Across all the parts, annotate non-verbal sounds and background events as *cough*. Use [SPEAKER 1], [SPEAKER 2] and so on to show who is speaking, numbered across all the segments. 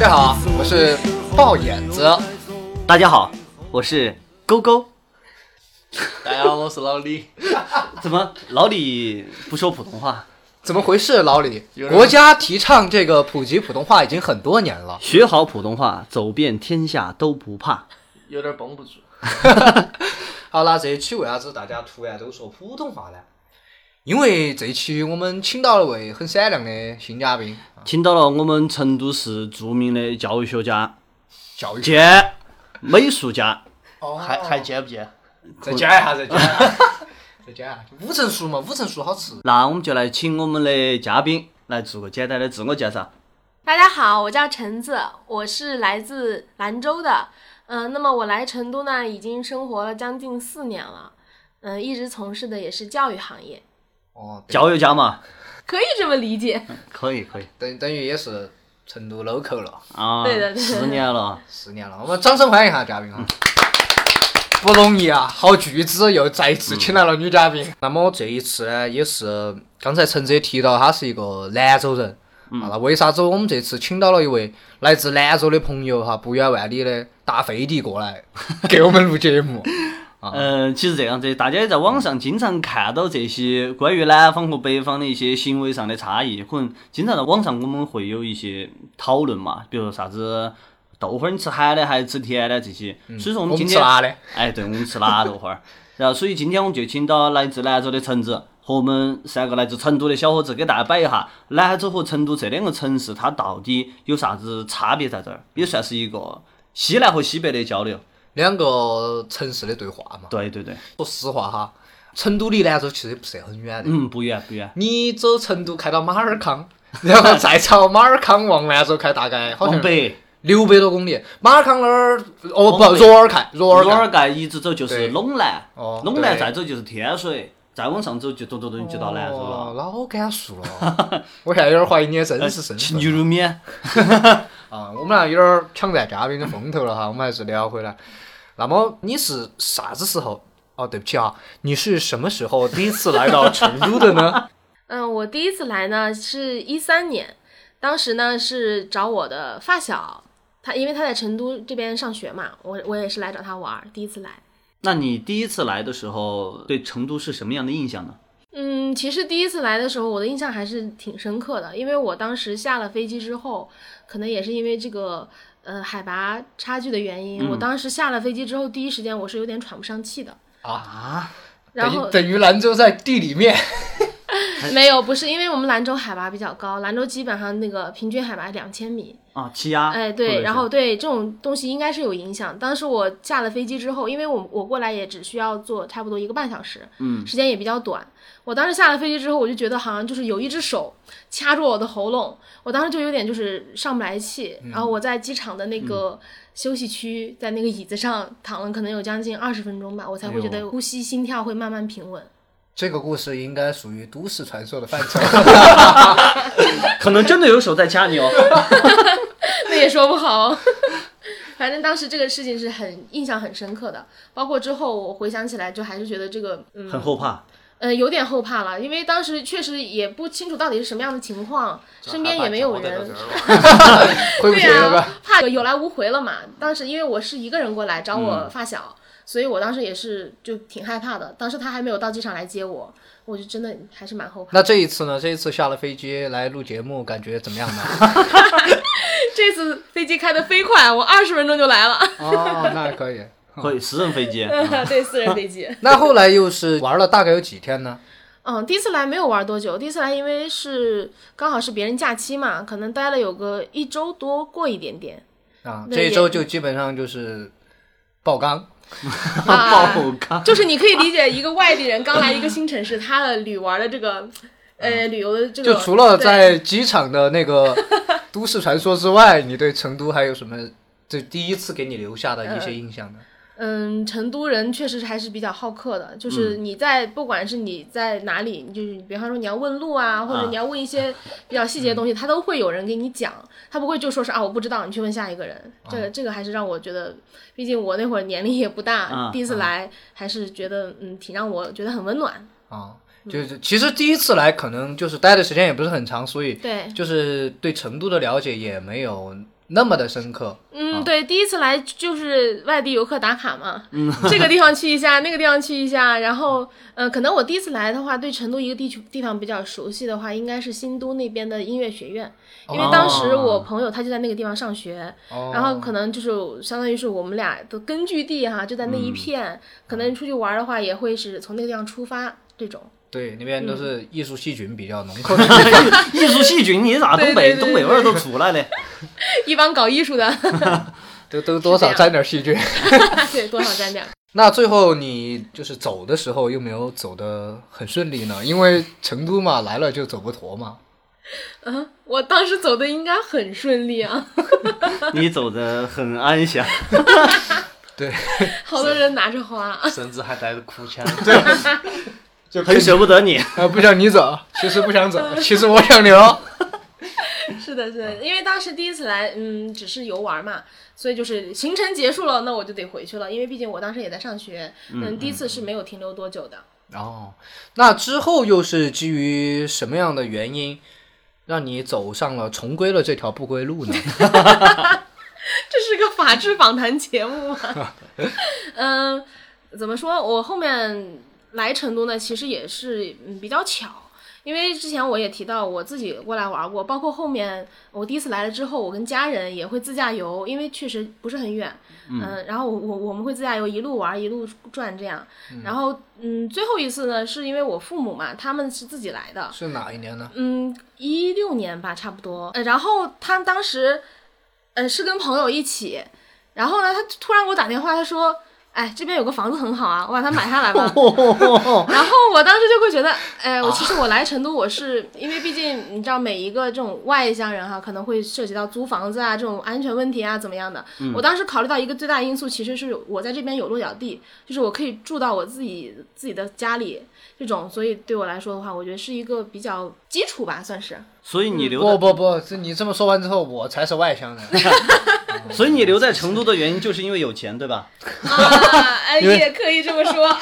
[SPEAKER 1] 家好，我是豹眼子。
[SPEAKER 2] 大家好，我是勾勾。
[SPEAKER 3] 大家好，我是老李。
[SPEAKER 2] 怎么老李不说普通话？
[SPEAKER 1] 怎么回事，老李？国家提倡这个普及普通话已经很多年了，
[SPEAKER 2] 学好普通话，走遍天下都不怕。
[SPEAKER 3] 有点绷不住。
[SPEAKER 1] 好啦，这一期为啥子大家突然都说普通话呢？因为这一期我们请到了位很闪亮的新嘉宾，
[SPEAKER 2] 请到了我们成都市著名的教育学家
[SPEAKER 1] 教育
[SPEAKER 2] 兼美术家，
[SPEAKER 1] 哦
[SPEAKER 3] 还还接不接？
[SPEAKER 1] 再加一下，再加一下，再加一下，五层熟嘛，五层熟好吃。
[SPEAKER 2] 那我们就来请我们的嘉宾来做个简单的自我介绍。
[SPEAKER 4] 大家好，我叫橙子，我是来自兰州的。嗯、那么我来成都呢，已经生活了将近四年了。嗯、一直从事的也是教育行业，
[SPEAKER 1] 哦，对
[SPEAKER 2] 教育家嘛，
[SPEAKER 4] 可以这么理解。
[SPEAKER 2] 可以可以
[SPEAKER 1] 等等于也是成都 local 了，
[SPEAKER 2] 啊，
[SPEAKER 4] 对的对的
[SPEAKER 2] 十年了，
[SPEAKER 1] 十年了。我们掌声欢迎一下嘉宾
[SPEAKER 2] 嗯
[SPEAKER 1] 啊！不容易啊，好巨资又再次
[SPEAKER 2] 嗯
[SPEAKER 1] 请来了女嘉宾。那么这一次呢，也是刚才橙子也提到，他是一个兰州人。
[SPEAKER 2] 嗯
[SPEAKER 1] 啊，那为啥子我们这次请到了一位来自兰州的朋友哈，不远万里的搭飞的过
[SPEAKER 2] *laughs*
[SPEAKER 1] 来给我们录节目？啊
[SPEAKER 2] 嗯，其实这样子，大家也在网上经常看到这些关于南方和北方的一些行为上的差异，可能经常在网上我们会有一些讨论嘛，比如说啥子豆花儿你吃咸的还是吃甜的这些。所以说
[SPEAKER 1] 嗯我
[SPEAKER 2] 们今
[SPEAKER 1] 吃
[SPEAKER 2] 天，
[SPEAKER 1] 辣的，
[SPEAKER 2] 哎，对，我们吃辣豆花儿。 *laughs* 然后，所以今天我们就请到来自兰州的橙子和我们三个来自成都的小伙子，给大家摆一下兰州和成都这两个城市它到底有啥子差别在这儿，也算是一个西南和西北的交流。
[SPEAKER 1] 两个城市的对话嘛。
[SPEAKER 2] 对对对，
[SPEAKER 1] 说实话哈，成都离兰州其实也不是很远的。
[SPEAKER 2] 嗯，不远不远。
[SPEAKER 1] 你走成都开到马尔康， *laughs* 然后再朝马尔康往南走开，大概好
[SPEAKER 2] 往
[SPEAKER 1] 像
[SPEAKER 2] 北。
[SPEAKER 1] 六百多公里。马尔康那儿哦
[SPEAKER 2] 往
[SPEAKER 1] 不，
[SPEAKER 2] 北
[SPEAKER 1] 若尔开，若尔
[SPEAKER 2] 若
[SPEAKER 1] 开
[SPEAKER 2] 尔盖一直走就是
[SPEAKER 1] 对
[SPEAKER 2] 陇南，
[SPEAKER 1] 哦
[SPEAKER 2] 陇南
[SPEAKER 1] 对
[SPEAKER 2] 再走就是天水，再往上走就咚咚咚就到兰州
[SPEAKER 1] 哦
[SPEAKER 2] 了。
[SPEAKER 1] 老感触了。 *laughs* 我现在有点怀疑你的真实身
[SPEAKER 2] *laughs* 情
[SPEAKER 1] 份
[SPEAKER 2] 牛肉面，
[SPEAKER 1] 啊！我们俩有点抢占嘉宾的风头了哈，我们还是聊回来。那么你是啥子时候？哦，对不起啊，你是什么时候第一次来到成都的
[SPEAKER 2] *laughs*
[SPEAKER 1] 呢？
[SPEAKER 4] 嗯、我第一次来呢是一三年，当时呢是找我的发小，他因为他在成都这边上学嘛，我我也是来找他玩儿，第一次来。
[SPEAKER 2] 那你第一次来的时候对成都是什么样的印象呢？
[SPEAKER 4] 嗯，其实第一次来的时候，我的印象还是挺深刻的，因为我当时下了飞机之后，可能也是因为这个呃海拔差距的原因，
[SPEAKER 1] 嗯
[SPEAKER 4] 我当时下了飞机之后，第一时间我是有点喘不上气的。
[SPEAKER 1] 啊，
[SPEAKER 4] 然
[SPEAKER 1] 等于
[SPEAKER 4] 后
[SPEAKER 1] 等于兰州在地里面。
[SPEAKER 4] 没有，不是因为我们兰州海拔比较高，兰州基本上那个平均海拔两千米，
[SPEAKER 2] 啊，气压，
[SPEAKER 4] 哎，
[SPEAKER 2] 或者
[SPEAKER 4] 对，
[SPEAKER 2] 是
[SPEAKER 4] 然后对这种东西应该是有影响。当时我下了飞机之后，因为我我过来也只需要坐差不多一个半小时，
[SPEAKER 2] 嗯，
[SPEAKER 4] 时间也比较短。我当时下了飞机之后，我就觉得好像就是有一只手掐住我的喉咙，我当时就有点就是上不来气。
[SPEAKER 2] 嗯
[SPEAKER 4] 然后我在机场的那个休息区，在那个椅子上躺了可能有将近二十分钟吧，我才会觉
[SPEAKER 2] 哎
[SPEAKER 4] 得呼吸、心跳会慢慢平稳。
[SPEAKER 1] 这个故事应该属于都市传说的范
[SPEAKER 4] *laughs*
[SPEAKER 1] 畴。
[SPEAKER 2] 可能真的有手在掐
[SPEAKER 4] *laughs*
[SPEAKER 2] 你哦。
[SPEAKER 4] 那也说不好。 *laughs* 反正当时这个事情是很印象很深刻的，包括之后我回想起来，就还是觉得这个，嗯，
[SPEAKER 2] 很后怕，
[SPEAKER 4] 呃，有点后怕了，因为当时确实也不清楚到底是什么样的情况，身边也没有人，
[SPEAKER 1] 回不
[SPEAKER 4] 对
[SPEAKER 1] 去 *laughs* 了吧？
[SPEAKER 4] 啊，怕有来无回了嘛。当时因为我是一个人过来找我发小，所以我当时也是就挺害怕的。当时他还没有到机场来接我，我就真的还是蛮后怕。
[SPEAKER 1] 那这一次呢？这一次下了飞机来录节目，感觉怎么样呢？
[SPEAKER 4] 这次飞机开得飞快，我二十分钟就来了，
[SPEAKER 1] 哦， *laughs* 那还可以。
[SPEAKER 2] 可以私人飞机，
[SPEAKER 4] *laughs* 对，私人飞机。
[SPEAKER 1] 那后来又是玩了大概有几天呢？
[SPEAKER 4] 嗯，第一次来没有玩多久，第一次来因为是刚好是别人假期嘛，可能待了有个一周多过一点
[SPEAKER 1] *laughs*
[SPEAKER 4] 点。
[SPEAKER 1] 啊，
[SPEAKER 4] 那
[SPEAKER 1] 这一
[SPEAKER 4] 也
[SPEAKER 1] 周就基本上就是爆缸。
[SPEAKER 2] 爆缸。
[SPEAKER 4] 啊就是你可以理解一个外地人刚来一个新城市，他的旅玩的这个，呃，旅游的这个，
[SPEAKER 1] 嗯就除了
[SPEAKER 4] 对
[SPEAKER 1] 在机场的那
[SPEAKER 4] *laughs*
[SPEAKER 1] 个都市传说之外，你对成都还有什么？就第一次给你留下的一些印象呢？
[SPEAKER 4] 嗯，成都人确实还是比较好客的，
[SPEAKER 2] 嗯
[SPEAKER 4] 就是你在、不管是你在哪里，你就是比方说你要问路啊，或者你要问一些比较
[SPEAKER 2] 嗯
[SPEAKER 4] 细节的东西，他都会有人给你讲，他不会就说是啊我不知道，你去问下一个人。这个这个还是让我觉得，毕竟我那会儿年龄也不大，
[SPEAKER 2] 啊
[SPEAKER 4] 第一次来还是觉得嗯挺让我觉得很温暖。
[SPEAKER 1] 啊，
[SPEAKER 4] 嗯
[SPEAKER 1] 就是其实第一次
[SPEAKER 4] 哎
[SPEAKER 1] 来可能就是待的时间也不是很长，所以
[SPEAKER 4] 对，
[SPEAKER 1] 就是对成都的了解也没有那么的深刻。
[SPEAKER 4] 嗯，对，第一次来就是外地游客打卡嘛， *laughs* 这个地方去一下， *laughs* 那个地方去一下，然后，呃，可能我第一次来的话，对成都一个地区地方比较熟悉的话，应该是新都那边的音乐学院，因为当时我朋友他就在那个地方上学，
[SPEAKER 1] 哦
[SPEAKER 4] 然后可能就是相当于是我们俩的根据地哈，就在那一片，可能出去玩的话也会是从那个地方出发这种。
[SPEAKER 1] 对那边都是艺术细菌比较浓
[SPEAKER 4] *laughs*
[SPEAKER 1] 厚。
[SPEAKER 2] 艺术细菌，你咋东北
[SPEAKER 4] 对对对
[SPEAKER 2] 东北味儿都出来了？
[SPEAKER 4] 一帮搞艺术的，
[SPEAKER 1] 都都多少沾点细菌。
[SPEAKER 4] 对，多少沾点儿。
[SPEAKER 1] 那最后你就是走的时候有没有走的很顺利呢？因为成都嘛，来了就走不脱嘛。
[SPEAKER 4] 嗯，我当时走的应该很顺利啊，
[SPEAKER 2] 你走的很安详，
[SPEAKER 1] 对，
[SPEAKER 4] 好多人拿着花。
[SPEAKER 3] *laughs*
[SPEAKER 4] 啊
[SPEAKER 3] 甚至还带着哭 *laughs* 腔。
[SPEAKER 1] 就
[SPEAKER 2] 很舍不得你。
[SPEAKER 1] 啊，不想你走，哦其实不想
[SPEAKER 4] *laughs*
[SPEAKER 1] 走，其实我想留。
[SPEAKER 4] 是的，是的，因为当时第一次来，嗯，只是游玩嘛，所以就是行程结束了，那我就得回去了，因为毕竟我当时也在上学，嗯，第一次是没有停留多久的。
[SPEAKER 1] 哦，那之后又是基于什么样的原因，让你走上了重归了这条不归
[SPEAKER 4] *laughs*
[SPEAKER 1] 路呢？
[SPEAKER 4] 这是个法制访谈节目 *laughs* 吗？嗯，怎么说？我后面来成都呢，其实也是嗯比较巧。因为之前我也提到我自己过来玩过，包括后面我第一次来了之后，我跟家人也会自驾游，因为确实不是很远，嗯，然后我我我们会自驾游一路玩一路转这样，然后嗯，最后一次呢是因为我父母嘛，他们是自己来的，
[SPEAKER 1] 是哪一年呢？
[SPEAKER 4] 嗯，一六年吧，差不多。呃，然后他当时，呃，是跟朋友一起，然后呢，他突然给我打电话，他说：“哎，这边有个房子很好啊，我把它买下来吧。”然后我当时就会觉得，哎，我其实我来成都，我是因为毕竟你知道，每一个这种外乡人哈，可能会涉及到租房子啊这种安全问题啊怎么样的。我当时考虑到一个最大因素，其实是我在这边有落脚地，就是我可以住到我自己自己的家里这种，所以对我来说的话，我觉得是一个比较基础吧，算 *laughs* 是。
[SPEAKER 2] 所以你留
[SPEAKER 1] 不
[SPEAKER 2] 在，
[SPEAKER 1] 不不，这你这么说完之后，我才是外乡人。 *laughs*
[SPEAKER 2] 所以你留在成都的原因就是因为有钱，对吧？
[SPEAKER 4] 啊，哎，
[SPEAKER 3] 因为
[SPEAKER 4] 也可以这么说。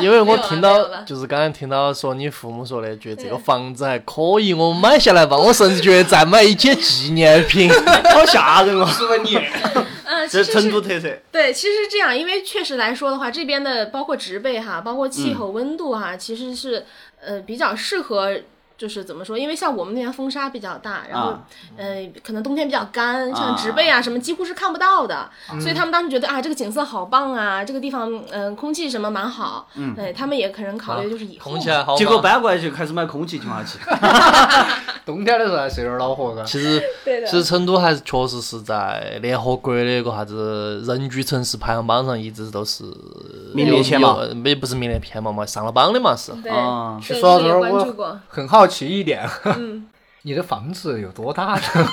[SPEAKER 3] 因为我听
[SPEAKER 4] 没有了没
[SPEAKER 3] 到
[SPEAKER 4] 有了
[SPEAKER 3] 就是刚才听到说你父母说的，觉得这个房子还可以，我们买下来吧。我甚至觉得再买一些纪念 *laughs* 品。
[SPEAKER 2] 好吓人哦，
[SPEAKER 1] 问你，
[SPEAKER 4] *laughs* 嗯，
[SPEAKER 2] 这是
[SPEAKER 4] 其实
[SPEAKER 2] 成都
[SPEAKER 4] 是
[SPEAKER 2] 特色。
[SPEAKER 4] 对，其实是这样，因为确实来说的话，这边的包括植被哈，包括气候、温度哈，其实是呃比较适合。就是怎么说？因为像我们那边风沙比较大，然后、
[SPEAKER 2] 啊
[SPEAKER 4] 呃，可能冬天比较干，像
[SPEAKER 2] 啊
[SPEAKER 4] 植被啊什么几乎是看不到的，所以他们当时觉得啊，这个景色好棒啊，这个地方嗯、呃空气什么蛮好，嗯，哎，他们也可能考虑就是以后嘛、
[SPEAKER 3] 红起来好。
[SPEAKER 2] 结果搬过来就开始买空气净化 *laughs* 器，
[SPEAKER 1] 冬天的时候还是有点恼火的。
[SPEAKER 3] 其 *laughs* 实
[SPEAKER 4] 对的，
[SPEAKER 3] 其实成都还是确实是在联合国的一个啥子人居城市排行榜上一直都是
[SPEAKER 2] 名列前茅
[SPEAKER 3] 有，也不是名列前茅嘛，上了榜的嘛是。
[SPEAKER 4] 对，
[SPEAKER 2] 啊
[SPEAKER 4] 对，
[SPEAKER 1] 说到这
[SPEAKER 4] 这也
[SPEAKER 1] 儿
[SPEAKER 4] 关
[SPEAKER 1] 我
[SPEAKER 4] 注过，
[SPEAKER 1] 很好奇一点，
[SPEAKER 4] 嗯。
[SPEAKER 1] *laughs* 你的房子有多大呢？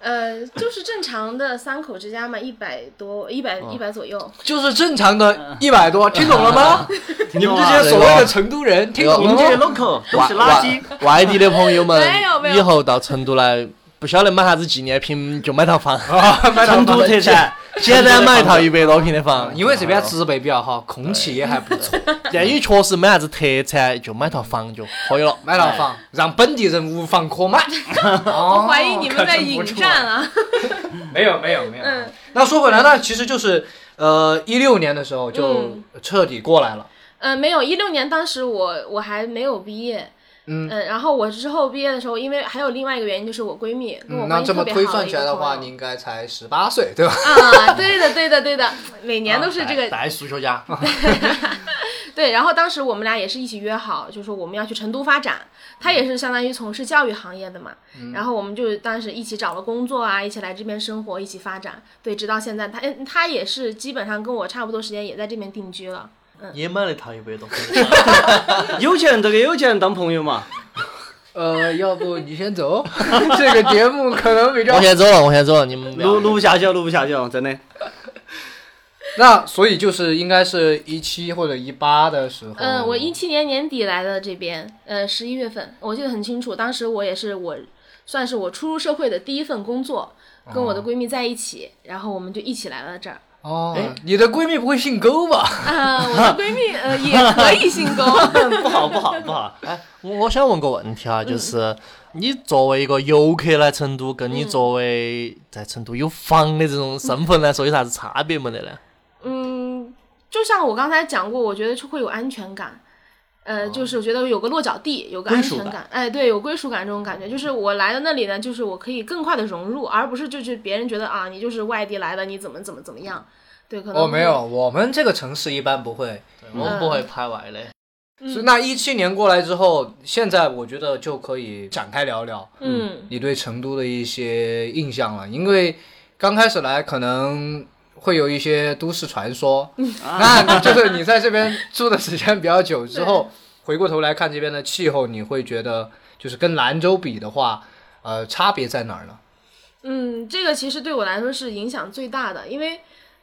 [SPEAKER 4] 呃，就是正常的三口之家嘛，一百多，一百一百左右。
[SPEAKER 1] *laughs* 就是正常的
[SPEAKER 4] 嗯
[SPEAKER 1] 一百多，听懂了吗？
[SPEAKER 4] *laughs*
[SPEAKER 2] 你
[SPEAKER 1] 你们这些所谓的成都人，听懂
[SPEAKER 2] 你
[SPEAKER 1] 了
[SPEAKER 2] 们这
[SPEAKER 1] *laughs*
[SPEAKER 2] 些
[SPEAKER 1] 吗？
[SPEAKER 2] local 都是垃圾，
[SPEAKER 3] 外外地的朋友 *laughs* 们
[SPEAKER 4] 没有没有
[SPEAKER 3] 以后到成都来，不晓得买啥子纪念品就买套房，
[SPEAKER 1] 啊
[SPEAKER 2] 成都特产，
[SPEAKER 3] 简单买一套一百多平的房。
[SPEAKER 1] *laughs* 因为这边植被比较好，空气也还不 *laughs* 错，
[SPEAKER 3] 鉴于确实没啥子特产，就买套房就可
[SPEAKER 1] *laughs*
[SPEAKER 3] 以了。
[SPEAKER 1] 买了房让本地人无房可买。
[SPEAKER 4] 我
[SPEAKER 1] 我
[SPEAKER 4] 怀疑你们在引战啊！
[SPEAKER 1] 没有没有没有。
[SPEAKER 4] 嗯
[SPEAKER 1] 那说回来呢，其实就是呃一六年的时候就
[SPEAKER 4] 嗯
[SPEAKER 1] 彻底过来了。
[SPEAKER 4] 呃，没有，一六年当时我我还没有毕业。呃
[SPEAKER 1] 嗯
[SPEAKER 4] 然后我之后毕业的时候，因为还有另外一个原因，就是我闺蜜跟我
[SPEAKER 1] 嗯，
[SPEAKER 4] 关
[SPEAKER 1] 那
[SPEAKER 4] 系
[SPEAKER 1] 这
[SPEAKER 4] 特
[SPEAKER 1] 么
[SPEAKER 4] 别
[SPEAKER 1] 推
[SPEAKER 4] 好
[SPEAKER 1] 算
[SPEAKER 4] 一
[SPEAKER 1] 起来
[SPEAKER 4] 个
[SPEAKER 1] 的
[SPEAKER 4] 朋
[SPEAKER 1] 话，
[SPEAKER 4] 友
[SPEAKER 1] 你应该才十八岁对吧？
[SPEAKER 4] 啊，对的，对的，对的，每年都是
[SPEAKER 1] 啊
[SPEAKER 4] 这个
[SPEAKER 3] 带数学家，
[SPEAKER 4] 对，然后当时我们俩也是一起约好，就说我们要去成都发展。他也是相当于从事教育行业的嘛，然后我们就当时一起找了工作啊，一起来这边生活，一起发展。对，直到现在，他嗯他也是基本上跟我差不多时间也在这边定居了。
[SPEAKER 3] 也买了一套一百多平。
[SPEAKER 2] *laughs* 有钱人都给有钱人当朋友嘛。
[SPEAKER 1] 呃，要不你先走， *laughs* 这个节目可能比较
[SPEAKER 3] *laughs* 我。先走了，我先走了，
[SPEAKER 1] *laughs*
[SPEAKER 3] 你们聊
[SPEAKER 2] 录录不下去了，录不下去了，真的。
[SPEAKER 1] 那所以就是应该是一七或者一八的时候。
[SPEAKER 4] 嗯，我一七年年底来的这边，呃，十一月份，我记得很清楚。当时我也是我，算是我初入社会的第一份工作，跟我的闺蜜在一起，然后我们就一起来了这儿。 *laughs*
[SPEAKER 1] 哦，你的闺蜜不会姓勾吧？
[SPEAKER 4] 啊，我的闺蜜呃也可以姓勾，
[SPEAKER 2] 不好不好不好， *laughs*
[SPEAKER 3] 哎，我我想问个问题
[SPEAKER 1] 嗯
[SPEAKER 3] 啊，就是你作为一个游客来成都，跟你作为在成都有房的这种身份来说，有啥子差别没得呢？
[SPEAKER 4] 嗯，就像我刚才讲过，我觉得就会有安全感。呃，就是我觉得有个落脚地，有个安
[SPEAKER 2] 归属
[SPEAKER 4] 全
[SPEAKER 2] 感
[SPEAKER 4] 感，哎，对，有归属感这种感觉。就是我来到那里呢，就是我可以更快的融入，而不是就是别人觉得啊，你就是外地来的，你怎么怎么怎么样。对，可能
[SPEAKER 1] 哦，没有，我们这个城市一般不会。
[SPEAKER 3] 我们不会排外的。
[SPEAKER 4] 嗯
[SPEAKER 1] 是那一七年过来之后，现在我觉得就可以展开聊聊
[SPEAKER 4] 嗯，
[SPEAKER 1] 你对成都的一些印象了，因为刚开始来可能。会有一些都市传说，
[SPEAKER 4] 嗯
[SPEAKER 1] *laughs* 那就是你在这边住的时间比较久之后，回过头来看这边的气候，你会觉得就是跟兰州比的话，呃，差别在哪儿呢？
[SPEAKER 4] 嗯，这个其实对我来说是影响最大的，因为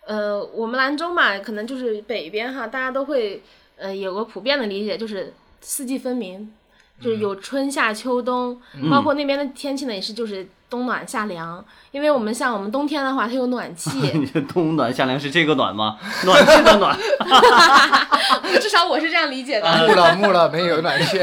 [SPEAKER 4] 呃，我们兰州嘛，可能就是北边哈，大家都会呃有个普遍的理解，就是四季分明，就是有春夏秋冬，包括那边的天气呢也是就是冬暖夏凉，因为我们像我们冬天的话，它有暖气， *laughs*
[SPEAKER 2] 冬暖夏凉是这个暖吗？ *laughs* 暖气的暖，
[SPEAKER 4] 至少我是这样理解的。
[SPEAKER 1] 木了木了，没有暖气。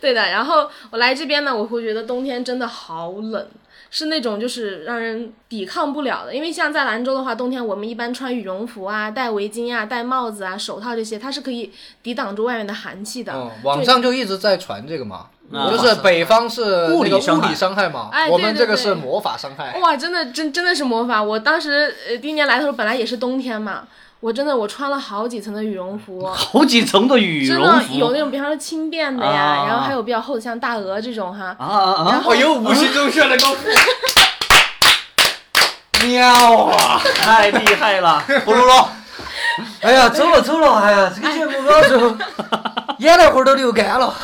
[SPEAKER 4] 对的，然后我来这边呢，我会觉得冬天真的好冷，是那种就是让人抵抗不了的。因为像在兰州的话，冬天我们一般穿羽绒服啊、戴围巾啊、戴帽子啊、手套这些，它是可以抵挡住外面的寒气的。
[SPEAKER 1] 嗯，网上就一直在传这个嘛，
[SPEAKER 2] 啊
[SPEAKER 1] 就是北方是那个
[SPEAKER 2] 物
[SPEAKER 1] 物
[SPEAKER 2] 理
[SPEAKER 1] 理
[SPEAKER 2] 伤害
[SPEAKER 1] 伤害嘛，
[SPEAKER 4] 哎对
[SPEAKER 1] 我们这个
[SPEAKER 4] 对
[SPEAKER 1] 是
[SPEAKER 4] 对
[SPEAKER 1] 魔法伤害。
[SPEAKER 4] 哇，真的真真的是魔法！我当时呃第一年来的时候，本来也是冬天嘛，我真的我穿了好几层的羽绒服。
[SPEAKER 2] 好几层的羽
[SPEAKER 4] 真
[SPEAKER 2] 绒
[SPEAKER 4] 的有
[SPEAKER 2] 服
[SPEAKER 4] 那种，比方说轻便的呀，
[SPEAKER 2] 啊
[SPEAKER 4] 然后还有比较厚的，像大鹅这种哈，
[SPEAKER 2] 啊啊啊！
[SPEAKER 1] 我又无形中炫了功夫，喵啊！
[SPEAKER 2] *laughs* 太厉害了，不录了。
[SPEAKER 1] *laughs* 哎呀，走了走了，哎呀，这个节目搞走，
[SPEAKER 3] *laughs*
[SPEAKER 1] 眼泪花都流干了。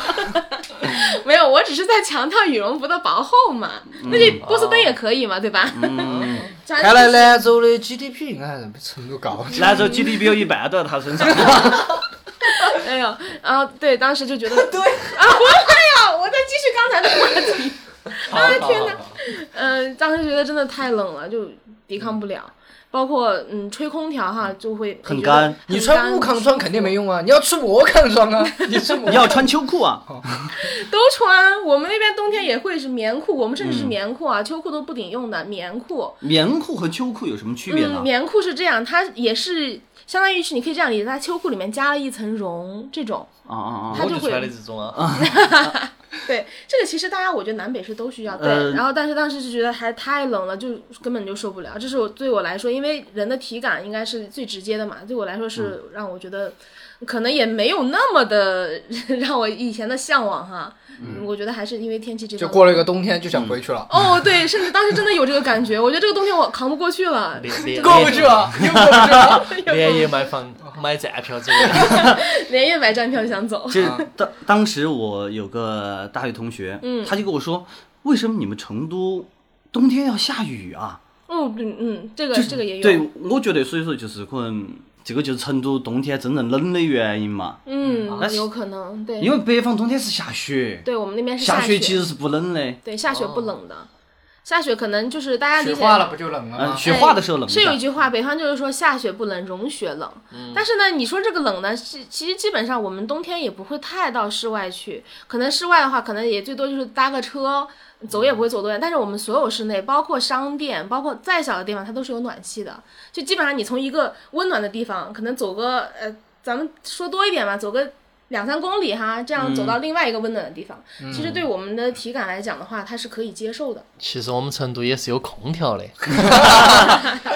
[SPEAKER 4] 没有，我只是在强调羽绒服的薄厚嘛，那就波司登也可以嘛，对吧？ *laughs*
[SPEAKER 2] 嗯，
[SPEAKER 4] 加
[SPEAKER 1] 看来兰州的 GDP 应该是比哎成都高的。
[SPEAKER 2] 那时候 GDP 有一半都在他身上。 *laughs*
[SPEAKER 4] 哎呦，然后对，当时就觉得对啊，不会呀、我再继续刚才的话题。啊天哪，嗯、当时觉得真的太冷了，就抵抗不了。包括嗯，吹空调哈，就会
[SPEAKER 2] 很
[SPEAKER 4] 我觉得
[SPEAKER 2] 干
[SPEAKER 1] 你穿木
[SPEAKER 4] 很
[SPEAKER 1] 抗装肯定没用啊，你要吃魔抗装啊，你吃魔
[SPEAKER 2] 你。要穿秋裤啊，
[SPEAKER 4] 都穿。我们那边冬天也会是棉裤，我们甚至是棉裤啊，秋裤都不顶用的棉裤。
[SPEAKER 2] 棉裤和秋裤有什么区别
[SPEAKER 4] 嗯，
[SPEAKER 2] 呢？
[SPEAKER 4] 棉裤是这样，它也是相当于是你可以这样理解，它秋裤里面加了一层绒这种。
[SPEAKER 1] 哦
[SPEAKER 2] 啊啊啊！
[SPEAKER 4] 他
[SPEAKER 3] 我
[SPEAKER 4] 就
[SPEAKER 3] 就
[SPEAKER 4] 会
[SPEAKER 3] 穿的这种
[SPEAKER 1] 嗯
[SPEAKER 3] 啊，
[SPEAKER 4] 对，这个其实大家我觉得南北是都需要，对。
[SPEAKER 1] 嗯
[SPEAKER 2] 呃
[SPEAKER 4] 然后，但是当时就觉得还太冷了，就根本就受不了。这是我对我来说，因为人的体感应该是最直接的嘛，对我来说是
[SPEAKER 1] 嗯
[SPEAKER 4] 让我觉得，可能也没有那么的 *laughs* 让我以前的向往哈。我觉得还是因为天气这
[SPEAKER 1] 嗯就
[SPEAKER 4] 方面
[SPEAKER 1] 过了一个冬天就想回去了，
[SPEAKER 4] 哦，对，甚至当时真的有这个感觉，我觉得这个冬天我扛不过去了。
[SPEAKER 3] 连连
[SPEAKER 1] 嗯过不去 *laughs* 了，又过不去了。
[SPEAKER 3] 连夜买房买站票之类的。
[SPEAKER 4] 连夜买站票就想走。
[SPEAKER 2] 这当当时我有个大学同学，
[SPEAKER 4] 嗯
[SPEAKER 2] 他就跟我说，为什么你们成都冬天要下雨啊？
[SPEAKER 4] 嗯，对，嗯，这个这个也有。
[SPEAKER 2] 对，我觉得所以说就是可能这个就是成都冬天真正冷的原因嘛，
[SPEAKER 4] 嗯
[SPEAKER 2] 那，是
[SPEAKER 4] 有可能，对，
[SPEAKER 2] 因为北方冬天是下雪，
[SPEAKER 4] 对我们那边是
[SPEAKER 2] 下
[SPEAKER 4] 雪，
[SPEAKER 2] 其实哦是不冷的，
[SPEAKER 4] 对，下雪不冷的，下雪可能就是大家理
[SPEAKER 1] 雪
[SPEAKER 4] 解
[SPEAKER 1] 化了不就
[SPEAKER 4] 啊
[SPEAKER 1] 冷了
[SPEAKER 2] 嗯，
[SPEAKER 1] 吗？
[SPEAKER 2] 雪化的时候冷一
[SPEAKER 4] 是有
[SPEAKER 2] 下嗯
[SPEAKER 4] 一。句话，北方哎就是说下雪不冷，融雪冷。但是呢，你说这个冷呢，是其实基本上我们冬天也不会太到室外去，可能室外的话，可能也最多就是搭个车，走也不会走多远。但是我们所有室内，包括商店，包括再小的地方，它都是有暖气的。就基本上你从一个温暖的地方，可能走个呃，咱们说多一点吧，走个。两三公里哈，这样走
[SPEAKER 2] 嗯
[SPEAKER 4] 到另外一个温暖的地方，其实对我们的体感来讲的话，它是可以接受的。
[SPEAKER 3] 其实我们成都也是有空调的，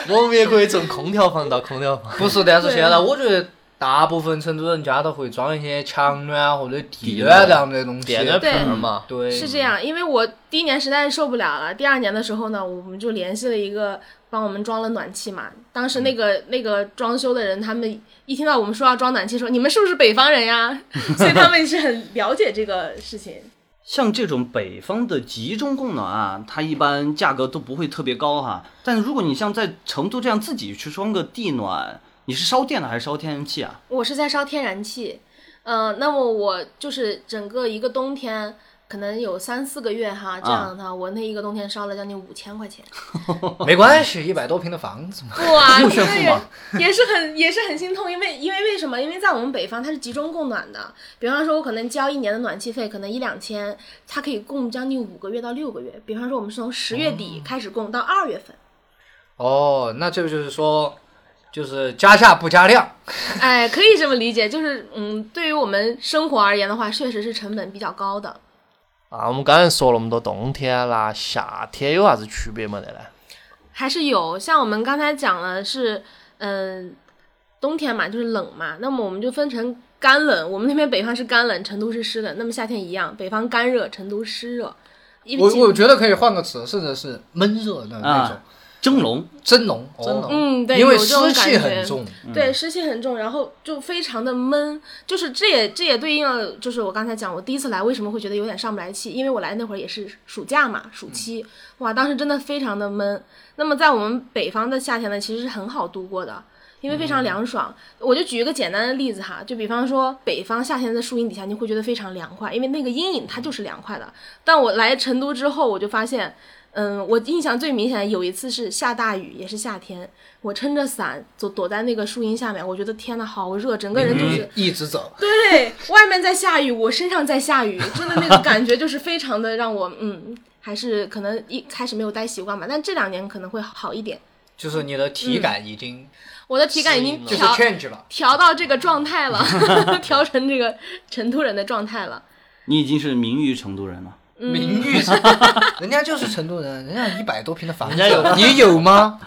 [SPEAKER 3] 我们也可以从空调房到空调房。
[SPEAKER 1] 不是，但是现在我觉得大部分成都人家都会装一些强暖啊或者地暖这样的东西
[SPEAKER 3] *laughs* 电。暖
[SPEAKER 4] 对
[SPEAKER 3] 瓶儿嘛，
[SPEAKER 1] 对，
[SPEAKER 4] 是这样，因为我第一年实在是受不了了，第二年的时候呢，我们就联系了一个帮我们装了暖气嘛。当时那个、那个装修的人，他们一听到我们说要装暖气，说你们是不是北方人呀？ *laughs* 所以他们是很了解这个事情。
[SPEAKER 2] 像这种北方的集中供暖啊，它一般价格都不会特别高哈。但是如果你像在成都这样自己去装个地暖，你是烧电的还是烧天然气啊？
[SPEAKER 4] 呃我是在烧天然气，嗯、那么我就是整个一个冬天。可能有三四个月哈，这样的话，我那一个冬天烧了将近五千块钱。
[SPEAKER 1] 没关系，一百多平的房子嘛。
[SPEAKER 4] 哇，
[SPEAKER 2] 又
[SPEAKER 4] 这
[SPEAKER 2] 炫
[SPEAKER 4] 个
[SPEAKER 2] 富
[SPEAKER 4] 也
[SPEAKER 2] 嘛，
[SPEAKER 4] 也是很也是很心痛，因为因为为什么？因为在我们北方它是集中供暖的，比方说我可能交一年的暖气费，可能一两千，它可以供将近五个月到六个月。比方说我们是从十月
[SPEAKER 2] 哦
[SPEAKER 4] 底开始供到二月份， *laughs*
[SPEAKER 1] 哦，那这就是说，就是加价不加量。
[SPEAKER 4] 哎，可以这么理解，就是嗯，对于我们生活而言的话，确实是成本比较高的。
[SPEAKER 3] 啊，我们刚才说了那么多冬天啦，夏天有啥子区别没得呢？
[SPEAKER 4] 还是有，像我们刚才讲了是，嗯、冬天嘛，就是冷嘛，那么我们就分成干冷，我们那边北方是干冷，成都是湿冷，那么夏天一样，北方干热，成都湿热。因为
[SPEAKER 1] 我我
[SPEAKER 4] 其
[SPEAKER 1] 觉得可以换个词，甚至是闷热的那种
[SPEAKER 2] 啊，蒸笼
[SPEAKER 1] 蒸笼，
[SPEAKER 3] 蒸
[SPEAKER 1] 哦
[SPEAKER 3] 笼
[SPEAKER 4] 嗯，对，
[SPEAKER 1] 因为
[SPEAKER 4] 有这种
[SPEAKER 1] 湿
[SPEAKER 4] 感
[SPEAKER 1] 气
[SPEAKER 4] 觉
[SPEAKER 1] 很重。
[SPEAKER 4] 对，湿气很重，然后就非常的闷，就是这也这也对应了，就是我刚才讲，我第一次来为什么会觉得有点上不来气，因为我来那会儿也是暑假嘛，暑期，哇，当时真的非常的闷。那么在我们北方的夏天呢，其实是很好度过的，因为非常凉爽。我就举一个简单的例子哈，就比方说北方夏天的树荫底下，你会觉得非常凉快，因为那个阴影它就是凉快的。但我来成都之后，我就发现。嗯，我印象最明显的有一次是下大雨，也是夏天，我撑着伞走躲在那个树荫下面，我觉得天呐，好热，整个人就是、
[SPEAKER 1] 一直走，
[SPEAKER 4] 对，外面在下雨，我身上在下
[SPEAKER 1] *laughs*
[SPEAKER 4] 雨，真的那个感觉就是非常的让我嗯，还是可能一开始没有待习惯吧，但这两年可能会好一点。
[SPEAKER 1] 就是你的体感已经
[SPEAKER 4] 我的体感已经
[SPEAKER 3] 适
[SPEAKER 1] 就
[SPEAKER 3] 应了
[SPEAKER 1] 是
[SPEAKER 4] 嗯调
[SPEAKER 1] change 了。
[SPEAKER 4] 调到这个状
[SPEAKER 1] *laughs*
[SPEAKER 4] 态了，调成这个成都人的状态了。
[SPEAKER 2] 你已经是名誉成都人了。
[SPEAKER 1] 名誉，人家就是成都人，人家一百多平的房子，
[SPEAKER 3] 人家 *laughs* 有
[SPEAKER 1] 你有吗？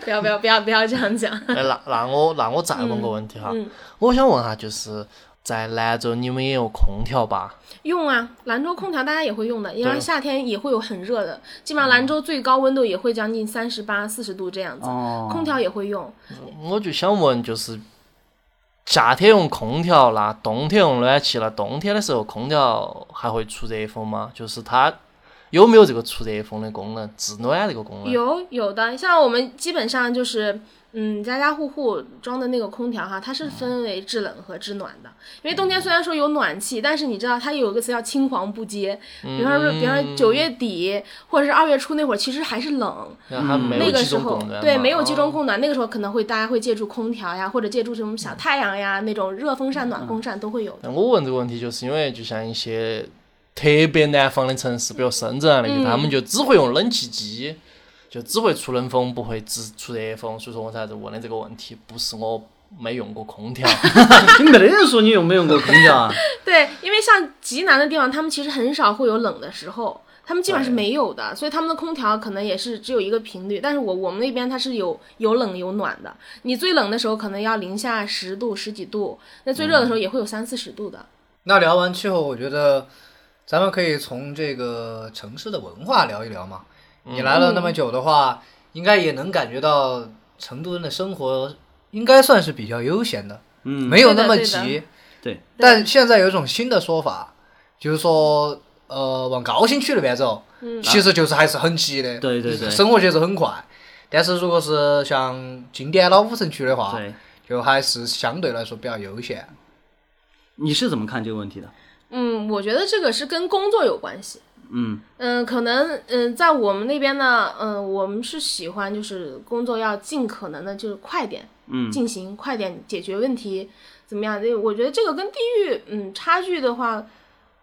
[SPEAKER 4] 不要不要不要不要这样讲。
[SPEAKER 3] 哎，那那我那我再问个问题哈，
[SPEAKER 4] 嗯嗯
[SPEAKER 3] 我想问下，就是在兰州你们也有空调吧？
[SPEAKER 4] 用啊，兰州空调大家也会用的，因为
[SPEAKER 3] 对
[SPEAKER 4] 夏天也会有很热的，基
[SPEAKER 1] 嗯
[SPEAKER 4] 本上兰州最高温度也会将近三十八、四十度这样子，
[SPEAKER 2] 哦
[SPEAKER 4] 空调也会用。
[SPEAKER 3] 我就想问，就是夏天用空调啦，冬天用暖气啦，冬天的时候空调还会出热风吗？就是它有没有这个出热风的功能，制暖这个功能？
[SPEAKER 4] 有有的，像我们基本上就是，嗯，家家户户装的那个空调哈，它
[SPEAKER 3] 嗯
[SPEAKER 4] 是分为制冷和制暖的。因为冬天虽然说有暖气，但是你知道它有一个词叫青黄不接，
[SPEAKER 3] 嗯
[SPEAKER 4] 比方说，比方说九月底或者是二月初那会儿，其实还是冷，
[SPEAKER 3] 然后它没
[SPEAKER 4] 那
[SPEAKER 3] 有
[SPEAKER 4] 个
[SPEAKER 3] 集
[SPEAKER 4] 时
[SPEAKER 3] 中
[SPEAKER 4] 候
[SPEAKER 3] 供暖
[SPEAKER 4] 对
[SPEAKER 3] 嘛哦
[SPEAKER 4] 没有集中供暖，那个时候可能会大家会借助空调呀，或者借助什么小太阳呀那种热风扇、暖风
[SPEAKER 3] 嗯
[SPEAKER 4] 扇都会有的。
[SPEAKER 3] 那我问这个问题，就是因为就像一些特别南方的城市，比如深圳啊
[SPEAKER 4] 嗯
[SPEAKER 3] 那些，他们就只会用冷气机，就只会出冷风，不会只出热风，所以说我才在问的这个问题，不是我没用过空调，
[SPEAKER 2] 你没得人说你用没用过空调啊？ *laughs*
[SPEAKER 4] 对，因为像极南的地方，他们其实很少会有冷的时候，他们基本上是没有的，所以他们的空调可能也是只有一个频率。但是我我们那边它是有有冷有暖的，你最冷的时候可能要零下十度十几度，那最热的时候也会有三四十度的。
[SPEAKER 1] 那聊完气候，我觉得咱们可以从这个城市的文化聊一聊嘛。你来了那么久的话，应该也能感觉到成都人的生活应该算是比较悠闲的，
[SPEAKER 2] 嗯，
[SPEAKER 1] 没有那么
[SPEAKER 4] 对的对
[SPEAKER 1] 急。
[SPEAKER 2] 对，
[SPEAKER 1] 但现在有一种新的说法，就是说，呃，往高新区那边走，
[SPEAKER 4] 嗯
[SPEAKER 1] 其实就是还是很急的，
[SPEAKER 2] 对对对
[SPEAKER 1] 生活节奏很快。但是如果是像经典老五城区的话，
[SPEAKER 2] 对，
[SPEAKER 1] 就还是相对来说比较悠闲。
[SPEAKER 2] 你是怎么看这个问题的？
[SPEAKER 4] 嗯，我觉得这个是跟工作有关系。
[SPEAKER 2] 嗯，
[SPEAKER 4] 嗯，可能嗯、在我们那边呢，嗯、我们是喜欢就是工作要尽可能的，就是快点，
[SPEAKER 2] 嗯
[SPEAKER 4] 进行快点解决问题，怎么样？这我觉得这个跟地域嗯差距的话，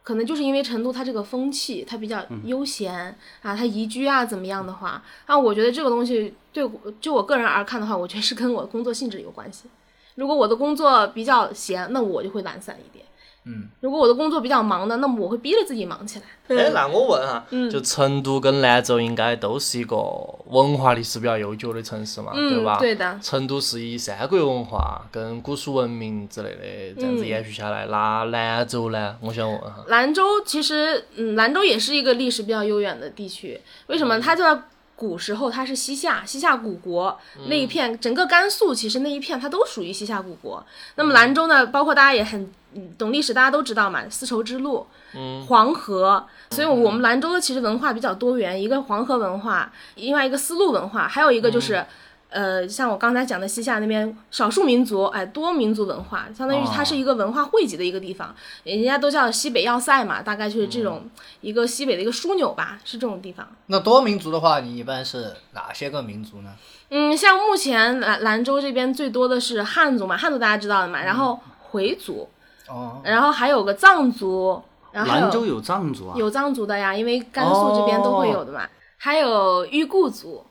[SPEAKER 4] 可能就是因为成都它这个风气，它比较
[SPEAKER 3] 嗯
[SPEAKER 4] 悠闲、啊，它宜居啊，怎么样的话，啊，我觉得这个东西对我就我个人而看的话，我觉得是跟我工作性质有关系。如果我的工作比较闲，那我就会懒散一点。
[SPEAKER 1] 嗯，
[SPEAKER 4] 如果我的工作比较忙呢，那么我会逼着自己忙起来。
[SPEAKER 3] 哎，那我问哈，
[SPEAKER 4] 嗯
[SPEAKER 3] 就成都跟兰州应该都是一个文化历史比较悠久的城市嘛，对吧？
[SPEAKER 4] 嗯，对的，
[SPEAKER 3] 成都是以三国文化跟古蜀文明之类的这样子
[SPEAKER 4] 嗯
[SPEAKER 3] 延续下来，那兰州呢？我想问哈，
[SPEAKER 4] 兰州其实，嗯，兰州也是一个历史比较悠远的地区。为什么？它就在古时候，它是西夏，西夏古国那一片，整个甘肃其实那一片它都属于西夏古国。那么兰州呢，包括大家也很嗯懂历史，大家都知道嘛，丝绸之路，嗯，黄河。所以我们兰州的其实文化比较多元，一个黄河文化，另外一个丝路文化，还有一个就是。呃，像我刚才讲的西夏那边少数民族，哎，多民族文化，相当于
[SPEAKER 2] 哦
[SPEAKER 4] 它是一个文化汇集的一个地方，人家都叫西北要塞嘛，大概就是这
[SPEAKER 2] 嗯
[SPEAKER 4] 种一个西北的一个枢纽吧，是这种地方。
[SPEAKER 1] 那多民族的话，你一般是哪些个民族呢？
[SPEAKER 4] 嗯，像目前兰兰州这边最多的是汉族嘛，汉族大家知道的嘛，然后
[SPEAKER 2] 嗯
[SPEAKER 4] 回族，
[SPEAKER 1] 哦，
[SPEAKER 4] 然后还有个藏族，然后还
[SPEAKER 2] 兰
[SPEAKER 4] 有
[SPEAKER 2] 州有哦藏族啊，
[SPEAKER 4] 有藏族的呀，因为甘肃这边都会有的嘛，还有裕固族，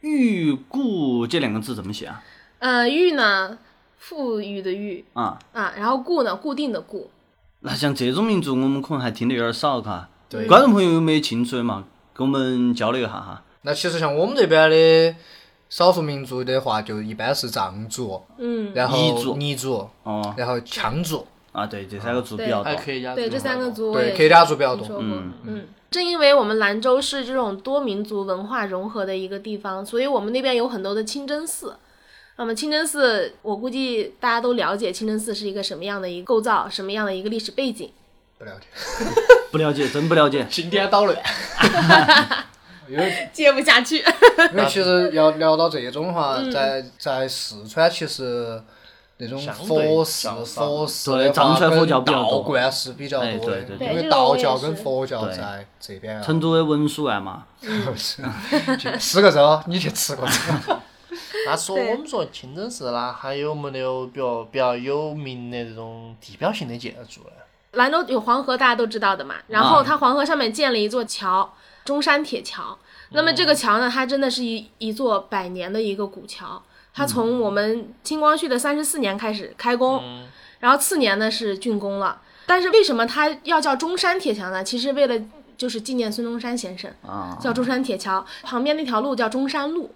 [SPEAKER 2] 裕固这两个字怎么写啊？
[SPEAKER 4] 呃，裕呢富裕的裕
[SPEAKER 2] 啊，
[SPEAKER 4] 啊，然后固呢固定的固，
[SPEAKER 2] 那像这种民族我们可能还听得有点少嘎。
[SPEAKER 1] 对
[SPEAKER 2] 观众朋友有没有兴趣的嘛？给我们交流一下哈。
[SPEAKER 1] 那其实像我们这边的少数民族的话，就一般是藏族，
[SPEAKER 4] 嗯，
[SPEAKER 1] 然后
[SPEAKER 2] 彝族
[SPEAKER 1] 彝族，
[SPEAKER 2] 哦，
[SPEAKER 1] 然后羌族，
[SPEAKER 2] 啊，对，这三个族比
[SPEAKER 4] 对
[SPEAKER 2] 较多
[SPEAKER 3] 还。可以加
[SPEAKER 4] 对，这三个族我
[SPEAKER 1] 对
[SPEAKER 4] 也
[SPEAKER 1] 客家族比较
[SPEAKER 4] 听
[SPEAKER 1] 多
[SPEAKER 4] 说过
[SPEAKER 2] 嗯
[SPEAKER 4] 嗯，正因为我们兰州是这种多民族文化融合的一个地方，所以我们那边有很多的清真寺。那么清真寺，我估计大家都了解清真寺是一个什么样的一个构造，什么样的一个历史背景。
[SPEAKER 1] 不了解。
[SPEAKER 2] 不了解，真不了解。
[SPEAKER 3] 今天
[SPEAKER 1] *laughs*
[SPEAKER 3] 捣乱，
[SPEAKER 1] 因为
[SPEAKER 4] 接不下去。
[SPEAKER 1] 因为其实要聊到这种的话，
[SPEAKER 4] 嗯
[SPEAKER 1] 在在四川其实那种
[SPEAKER 3] 相对
[SPEAKER 1] 佛寺
[SPEAKER 3] 较少
[SPEAKER 1] 佛寺
[SPEAKER 2] 对
[SPEAKER 1] 的话
[SPEAKER 2] 藏传佛
[SPEAKER 1] 跟
[SPEAKER 2] 教比较
[SPEAKER 1] 道
[SPEAKER 2] 多
[SPEAKER 1] 观是比较
[SPEAKER 2] 哎
[SPEAKER 1] 多的，
[SPEAKER 2] 对对
[SPEAKER 4] 对
[SPEAKER 1] 因
[SPEAKER 4] 这
[SPEAKER 1] 为
[SPEAKER 4] 个
[SPEAKER 1] 道
[SPEAKER 4] 我也
[SPEAKER 1] 教
[SPEAKER 4] 是
[SPEAKER 1] 跟佛教
[SPEAKER 2] 对
[SPEAKER 1] 在这边啊
[SPEAKER 2] 成都的文殊院嘛，
[SPEAKER 1] *laughs* 吃个粥，你去吃
[SPEAKER 4] *laughs*
[SPEAKER 1] 个粥。
[SPEAKER 3] 那说
[SPEAKER 4] 对
[SPEAKER 3] 我们说清真寺啦，还有没得有比较比较有名的这种地标性的建筑呢？
[SPEAKER 4] 兰州有黄河，大家都知道的嘛。然后它黄河上面建了一座桥，中山铁桥。那么这个桥呢，它真的是一一座百年的一个古桥。它从我们清光绪的三十四年开始开工，然后次年呢是竣工了。但是为什么它要叫中山铁桥呢？其实为了就是纪念孙中山先生，
[SPEAKER 2] 啊，
[SPEAKER 4] 叫中山铁桥。旁边那条路叫中山路，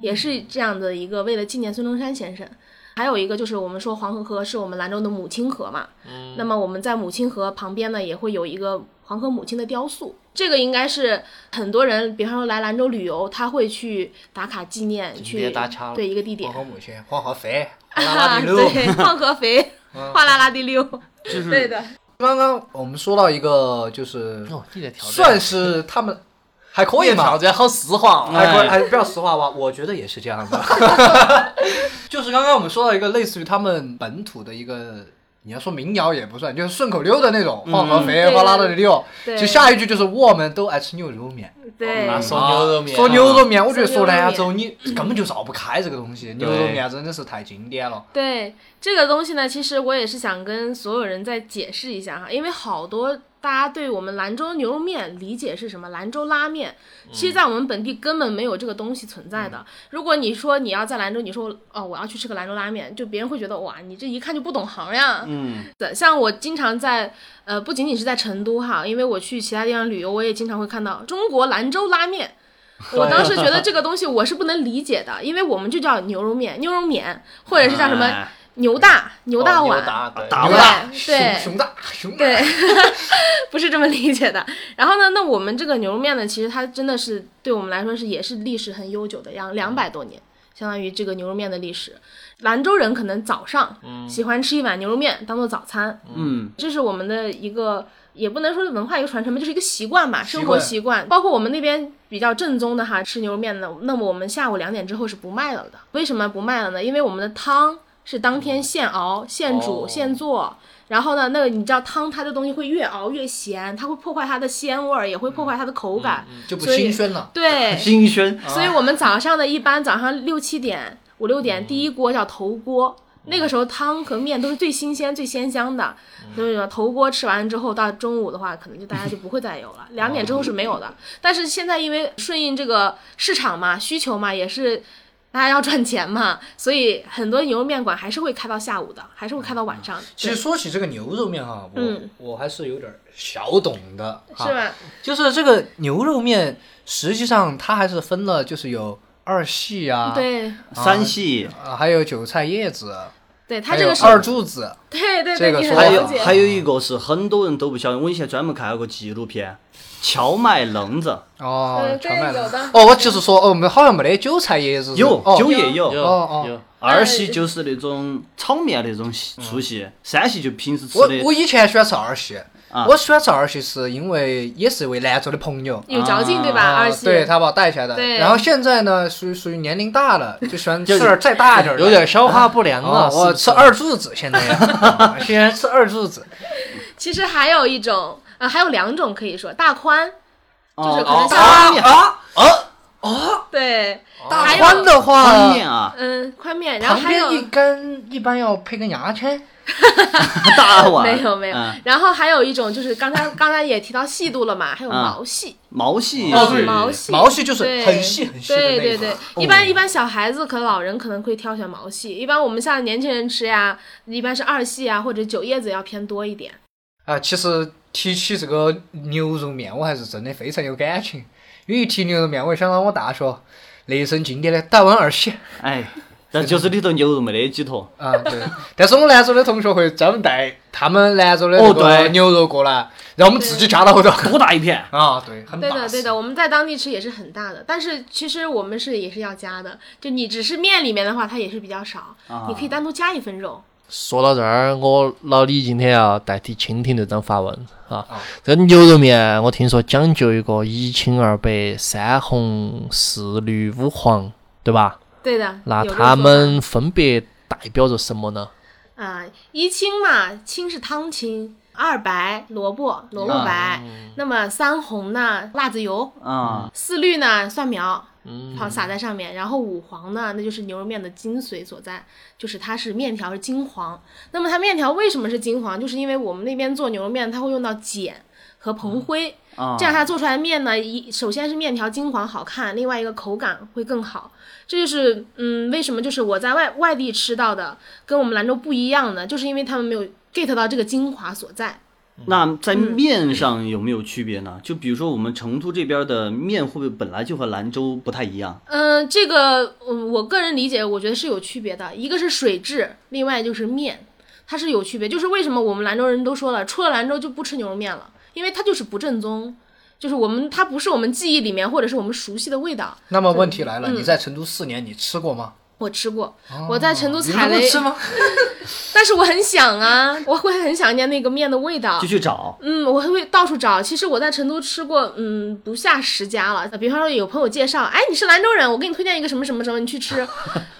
[SPEAKER 4] 也是这样的一个为了纪念孙中山先生。还有一个就是我们说黄河河是我们兰州的母亲河嘛，
[SPEAKER 1] 嗯
[SPEAKER 4] 那么我们在母亲河旁边呢也会有一个黄河母亲的雕塑，这个应该是很多人，比方说来兰州旅游，他会去打卡纪念，
[SPEAKER 3] 景
[SPEAKER 4] 去
[SPEAKER 3] 点打卡了
[SPEAKER 4] 对一个地点
[SPEAKER 1] 黄，河母亲，黄河肥，
[SPEAKER 4] 啊
[SPEAKER 1] 黄拉拉地溜。嗯
[SPEAKER 4] 对，黄河肥，哗啦啦地溜，
[SPEAKER 2] 就是
[SPEAKER 4] 对的，
[SPEAKER 1] 刚刚我们说到一个，就是
[SPEAKER 3] 哦，你在挑战，
[SPEAKER 1] 算是他们还可以
[SPEAKER 3] 你的挑
[SPEAKER 1] 嘛，
[SPEAKER 3] 战好丝滑哦。
[SPEAKER 1] 还可以，
[SPEAKER 2] 哎
[SPEAKER 1] 还不要实话吧，我觉得也是这样的。就是刚刚我们说到一个类似于他们本土的一个。你要说民谣也不算，就是顺口溜的那种，黄河肥，
[SPEAKER 4] 嗯
[SPEAKER 1] 哗啦的溜。
[SPEAKER 4] 对
[SPEAKER 1] 就下一句就是我们都爱吃牛肉面，
[SPEAKER 4] 对，
[SPEAKER 3] 那嗯说牛肉面，
[SPEAKER 1] 说牛肉面，我啊觉得说
[SPEAKER 4] 说牛肉面
[SPEAKER 1] 兰州你 *coughs* 根本就绕不开这个东西，牛肉面真的是太经典了。
[SPEAKER 4] 对这个东西呢，其实我也是想跟所有人再解释一下哈，因为好多大家对我们兰州牛肉面理解是什么兰州拉面，其实，在我们本地根本没有这个东西存在的。如果你说你要在兰州，你说哦我要去吃个兰州拉面，就别人会觉得哇你这一看就不懂行呀。
[SPEAKER 2] 嗯，
[SPEAKER 4] 对，像我经常在呃不仅仅是在成都哈，因为我去其他地方旅游，我也经常会看到中国兰州拉面。我当时觉得这个东西我是不能理解的，因为我们就叫牛肉面、牛肉面，或者是叫什么
[SPEAKER 2] 哎
[SPEAKER 4] 牛大牛啊大碗，
[SPEAKER 3] 哦牛大对
[SPEAKER 2] 大
[SPEAKER 1] 牛
[SPEAKER 2] 碗
[SPEAKER 1] 大，
[SPEAKER 4] 对
[SPEAKER 1] 熊
[SPEAKER 4] 对
[SPEAKER 1] 熊大，熊大。
[SPEAKER 4] 对， *laughs* 不是这么理解的。 *laughs* 然后呢，那我们这个牛肉面呢，其实它真的是对我们来说是也是历史很悠久的，两两百多年，相当于这个牛肉面的历史。兰州人可能早上喜欢吃一碗牛肉面当做早餐，
[SPEAKER 2] 嗯，
[SPEAKER 4] 这是我们的一个。也不能说是文化一个传承吧，就是一个习惯吧，生活
[SPEAKER 1] 惯
[SPEAKER 4] 习惯。包括我们那边比较正宗的哈，吃牛肉面呢，那么我们下午两点之后是不卖了的。为什么不卖了呢？因为我们的汤是当天现熬、现煮、
[SPEAKER 3] 哦
[SPEAKER 4] 现做，然后呢，那个你知道汤它这东西会越熬越咸，它会破坏它的鲜味儿，也会破坏它的口感。
[SPEAKER 1] 就不
[SPEAKER 4] 所以
[SPEAKER 1] 新鲜了。
[SPEAKER 4] 对，
[SPEAKER 2] 新轩
[SPEAKER 4] 所以
[SPEAKER 1] 啊
[SPEAKER 4] 我们早上呢，一般早上六七点、五六
[SPEAKER 1] 嗯
[SPEAKER 4] 点，第一锅叫头锅。那个时候汤和面都是最新鲜、最鲜香的，
[SPEAKER 1] 嗯
[SPEAKER 4] 所以说头锅吃完之后，到中午的话，可能就大家就不会再有了。两点之后是没
[SPEAKER 1] 哦
[SPEAKER 4] 有的。但是现在因为顺应这个市场嘛、需求嘛，也是大家要赚钱嘛，所以很多牛肉面馆还是会开到下午的，还是会开到晚上的。
[SPEAKER 1] 嗯其实说起这个牛肉面哈，我、
[SPEAKER 4] 嗯
[SPEAKER 1] 我还是有点小懂的
[SPEAKER 4] 对
[SPEAKER 1] 哈。
[SPEAKER 4] 是吧？
[SPEAKER 1] 就是这个牛肉面，实际上它还是分了，就是有二细啊，
[SPEAKER 4] 对
[SPEAKER 2] 山西
[SPEAKER 1] 啊，还有韭菜叶子，
[SPEAKER 4] 对，它
[SPEAKER 1] 还
[SPEAKER 4] 这
[SPEAKER 1] 有
[SPEAKER 4] 个是
[SPEAKER 1] 二柱子，
[SPEAKER 4] 对对
[SPEAKER 1] 这
[SPEAKER 4] 对，
[SPEAKER 1] 个
[SPEAKER 4] 你
[SPEAKER 1] 说
[SPEAKER 4] 很
[SPEAKER 1] 法
[SPEAKER 2] 还
[SPEAKER 4] 了
[SPEAKER 2] 有
[SPEAKER 4] 解。
[SPEAKER 2] 还有一个是很多人都不晓得，我以前专门看了个纪录片《荞麦愣子
[SPEAKER 1] 哦
[SPEAKER 4] 对，
[SPEAKER 1] 全卖
[SPEAKER 4] 这个有
[SPEAKER 1] 了
[SPEAKER 4] 的。
[SPEAKER 1] 哦，我就是说，哦，我们好像没得韭菜叶子》，是，
[SPEAKER 2] 有
[SPEAKER 1] 哦
[SPEAKER 2] 酒也
[SPEAKER 3] 有
[SPEAKER 2] 有，
[SPEAKER 1] 哦哦
[SPEAKER 3] 有，
[SPEAKER 2] 二席就是那种炒面那种席粗席，三席就平时吃
[SPEAKER 1] 我
[SPEAKER 2] 的
[SPEAKER 1] 我以前喜欢吃二细，
[SPEAKER 2] 啊
[SPEAKER 1] 我喜欢赵二喜是因为也是一位兰州的朋友，
[SPEAKER 4] 有嚼劲对吧？
[SPEAKER 2] 啊
[SPEAKER 4] 二
[SPEAKER 1] 啊
[SPEAKER 4] 喜，
[SPEAKER 1] 对他把我带起来的。
[SPEAKER 4] 对
[SPEAKER 1] 然后现在呢，属于属于年龄大了，就喜欢
[SPEAKER 3] 就
[SPEAKER 1] 吃
[SPEAKER 3] 是
[SPEAKER 1] 点再大一点的，
[SPEAKER 3] 有点消化不良
[SPEAKER 1] 啊，
[SPEAKER 3] 了。是
[SPEAKER 1] 我
[SPEAKER 3] 不是
[SPEAKER 1] 吃二柱子现在要，啊现在吃二柱子，
[SPEAKER 4] 其实还有一种啊、还有两种可以说大宽，
[SPEAKER 2] 啊
[SPEAKER 4] 就是可能像、
[SPEAKER 2] 宽面
[SPEAKER 1] 啊，
[SPEAKER 4] 对，
[SPEAKER 1] 大
[SPEAKER 4] 还有
[SPEAKER 1] 宽的
[SPEAKER 2] 宽
[SPEAKER 1] 话，
[SPEAKER 2] 面
[SPEAKER 4] *laughs*
[SPEAKER 2] 啊，
[SPEAKER 4] 嗯，宽面，然后
[SPEAKER 1] 旁
[SPEAKER 4] 还有
[SPEAKER 1] 边一根一般要配根牙签，
[SPEAKER 2] 大碗
[SPEAKER 4] 没有没有
[SPEAKER 2] 嗯，
[SPEAKER 4] 然后还有一种就是刚才刚才也提到细度了嘛，还有
[SPEAKER 2] 啊
[SPEAKER 4] 毛细，
[SPEAKER 2] 毛细
[SPEAKER 1] 嗯
[SPEAKER 2] 哎
[SPEAKER 1] 哦对
[SPEAKER 4] 毛细，
[SPEAKER 1] 毛细就是
[SPEAKER 4] 对
[SPEAKER 1] 很细很细的那
[SPEAKER 4] 对
[SPEAKER 1] 一哦
[SPEAKER 4] 对
[SPEAKER 1] 种
[SPEAKER 4] 对，一般一般小孩子可能老人可能会挑选毛细，一般我们像年轻人吃呀，一般是二细啊或者九叶子要偏多一点。
[SPEAKER 1] 啊，其实提起这个牛肉面，我还是真的非常有感情，因为一提牛肉面，我就想到我大学那身经典的大碗二喜
[SPEAKER 2] 哎，但就是里头牛肉没得几坨，
[SPEAKER 4] *laughs*
[SPEAKER 1] 啊，对。但是我们兰州的同学会专门带他们兰州的那
[SPEAKER 2] 哦
[SPEAKER 1] 个
[SPEAKER 2] 对
[SPEAKER 1] 牛肉过来，让我们自己夹到后头。
[SPEAKER 2] 多大一片？
[SPEAKER 1] *laughs* 啊，对，很
[SPEAKER 4] 对
[SPEAKER 1] 巴
[SPEAKER 4] 的，
[SPEAKER 1] 适
[SPEAKER 4] 对的，我们在当地吃也是很大的，但是其实我们是也是要加的，就你只是面里面的话，它也是比较少，
[SPEAKER 2] 啊
[SPEAKER 4] 你可以单独加一份肉。
[SPEAKER 3] 说到这儿，我老李今天啊要代替蜻蜓队长发问啊
[SPEAKER 1] 啊。
[SPEAKER 3] 这个牛肉面，我听说讲究一个一清二白，三红四绿五黄，对吧？
[SPEAKER 4] 对的，
[SPEAKER 3] 那
[SPEAKER 4] 有这个
[SPEAKER 3] 他
[SPEAKER 4] 说法
[SPEAKER 3] 们分别代表着什么呢？
[SPEAKER 4] 啊、一青嘛，青是汤青；二白萝卜，萝卜白。那么三红呢，辣子油；
[SPEAKER 2] 啊，
[SPEAKER 4] 四绿呢，蒜苗，好撒在上面。然后五黄呢，那就是牛肉面的精髓所在，就是它是面条是金黄。那么它面条为什么是金黄？就是因为我们那边做牛肉面，它会用到碱和硼灰。
[SPEAKER 2] 啊
[SPEAKER 4] 这样它做出来的面呢，一首先是面条金黄好看，另外一个口感会更好。这就是嗯，为什么就是我在外外地吃到的跟我们兰州不一样呢？就是因为他们没有 get 到这个精华所在。
[SPEAKER 2] 那在
[SPEAKER 4] 嗯
[SPEAKER 2] 面上有没有区别呢？就比如说我们成都这边的面，会不会本来就和兰州不太一样？
[SPEAKER 4] 嗯，这个嗯，我个人理解，我觉得是有区别的，一个是水质，另外就是面，它是有区别。就是为什么我们兰州人都说了，出了兰州就不吃牛肉面了，因为它就是不正宗。就是我们，它不是我们记忆里面或者是我们熟悉的味道。
[SPEAKER 1] 那么问题来了，
[SPEAKER 4] 嗯
[SPEAKER 1] 你在成都四年，你吃过吗？
[SPEAKER 4] 我吃过，我在成都
[SPEAKER 1] 哦你
[SPEAKER 4] 踩
[SPEAKER 1] 能够
[SPEAKER 4] 雷，
[SPEAKER 1] 吃吗？
[SPEAKER 4] 但是我很想
[SPEAKER 1] *laughs*
[SPEAKER 4] 啊，我会很想念那个面的味道
[SPEAKER 2] 就。去找
[SPEAKER 4] 嗯，我会到处找。其实我在成都吃过，嗯，不下十家了。呃比方说有朋友介绍，哎，你是兰州人，我给你推荐一个什么什么什么，你
[SPEAKER 1] *laughs*
[SPEAKER 4] 去吃。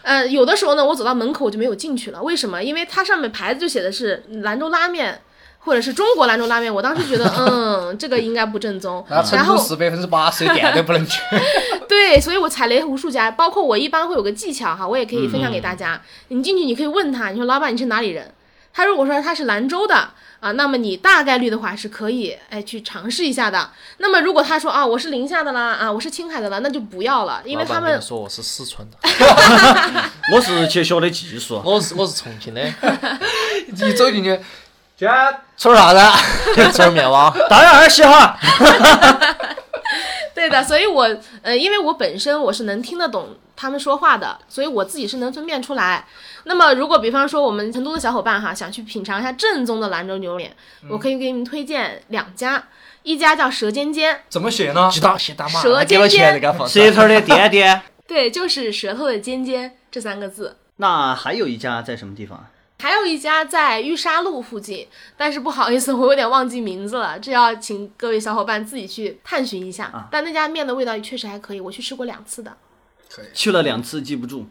[SPEAKER 4] 呃，有的时候呢，我走到门口我就没有进去了，为什么？因为它上面牌子就写的是嗯兰州拉面，或者是中国兰州拉面。我当时觉
[SPEAKER 1] *laughs*
[SPEAKER 4] 得，嗯，这个应该不正宗。
[SPEAKER 1] 那成
[SPEAKER 4] 嗯然
[SPEAKER 1] 都
[SPEAKER 4] 后
[SPEAKER 1] 市百分之八十的店都不能去。
[SPEAKER 4] *laughs* 对，所以我踩雷无数家，包括我一般会有个技巧哈，我也可以分享给大家。
[SPEAKER 3] 嗯
[SPEAKER 4] 你进去你可以问他，你说老板你是哪里人？他如果说他是兰州的啊，那么你大概率的话是可以哎去尝试一下的。那么如果他说啊我是宁夏的啦啊我是青海的啦，那就不要了，因为
[SPEAKER 3] 老板
[SPEAKER 4] 他
[SPEAKER 3] 跟
[SPEAKER 4] 们
[SPEAKER 3] 你说我是四川的， *laughs*
[SPEAKER 2] 我是去学的技术，
[SPEAKER 3] 我是我是重
[SPEAKER 4] *laughs*
[SPEAKER 3] 庆的，
[SPEAKER 1] 一走进去，姐吃点啥子？
[SPEAKER 3] 吃点面哇。
[SPEAKER 2] 当然二喜哈。
[SPEAKER 4] 对的，所以我呃，因为我本身我是能听得懂他们说话的，所以我自己是能分辨出来。那么，如果比方说我们成都的小伙伴哈，想去品尝一下正宗的兰州牛肉面，我可以给你们推荐两家，一家叫舌尖尖，
[SPEAKER 1] 怎么写呢？
[SPEAKER 3] 鸡大写大妈，
[SPEAKER 4] 舌
[SPEAKER 3] 还给了
[SPEAKER 4] 尖
[SPEAKER 3] 钱就
[SPEAKER 4] 尖
[SPEAKER 3] 给他放上。
[SPEAKER 2] 舌头的颠颠。
[SPEAKER 4] 对，就是舌头的尖尖这三个字。
[SPEAKER 2] *laughs* 那还有一家在什么地方啊？
[SPEAKER 4] 还有一家在玉沙路附近，但是不好意思，我有点忘记名字了，这要请各位小伙伴自己去探寻一下。但那家面的味道确实还可以，我去吃过两次的。
[SPEAKER 2] 去了两次记不住。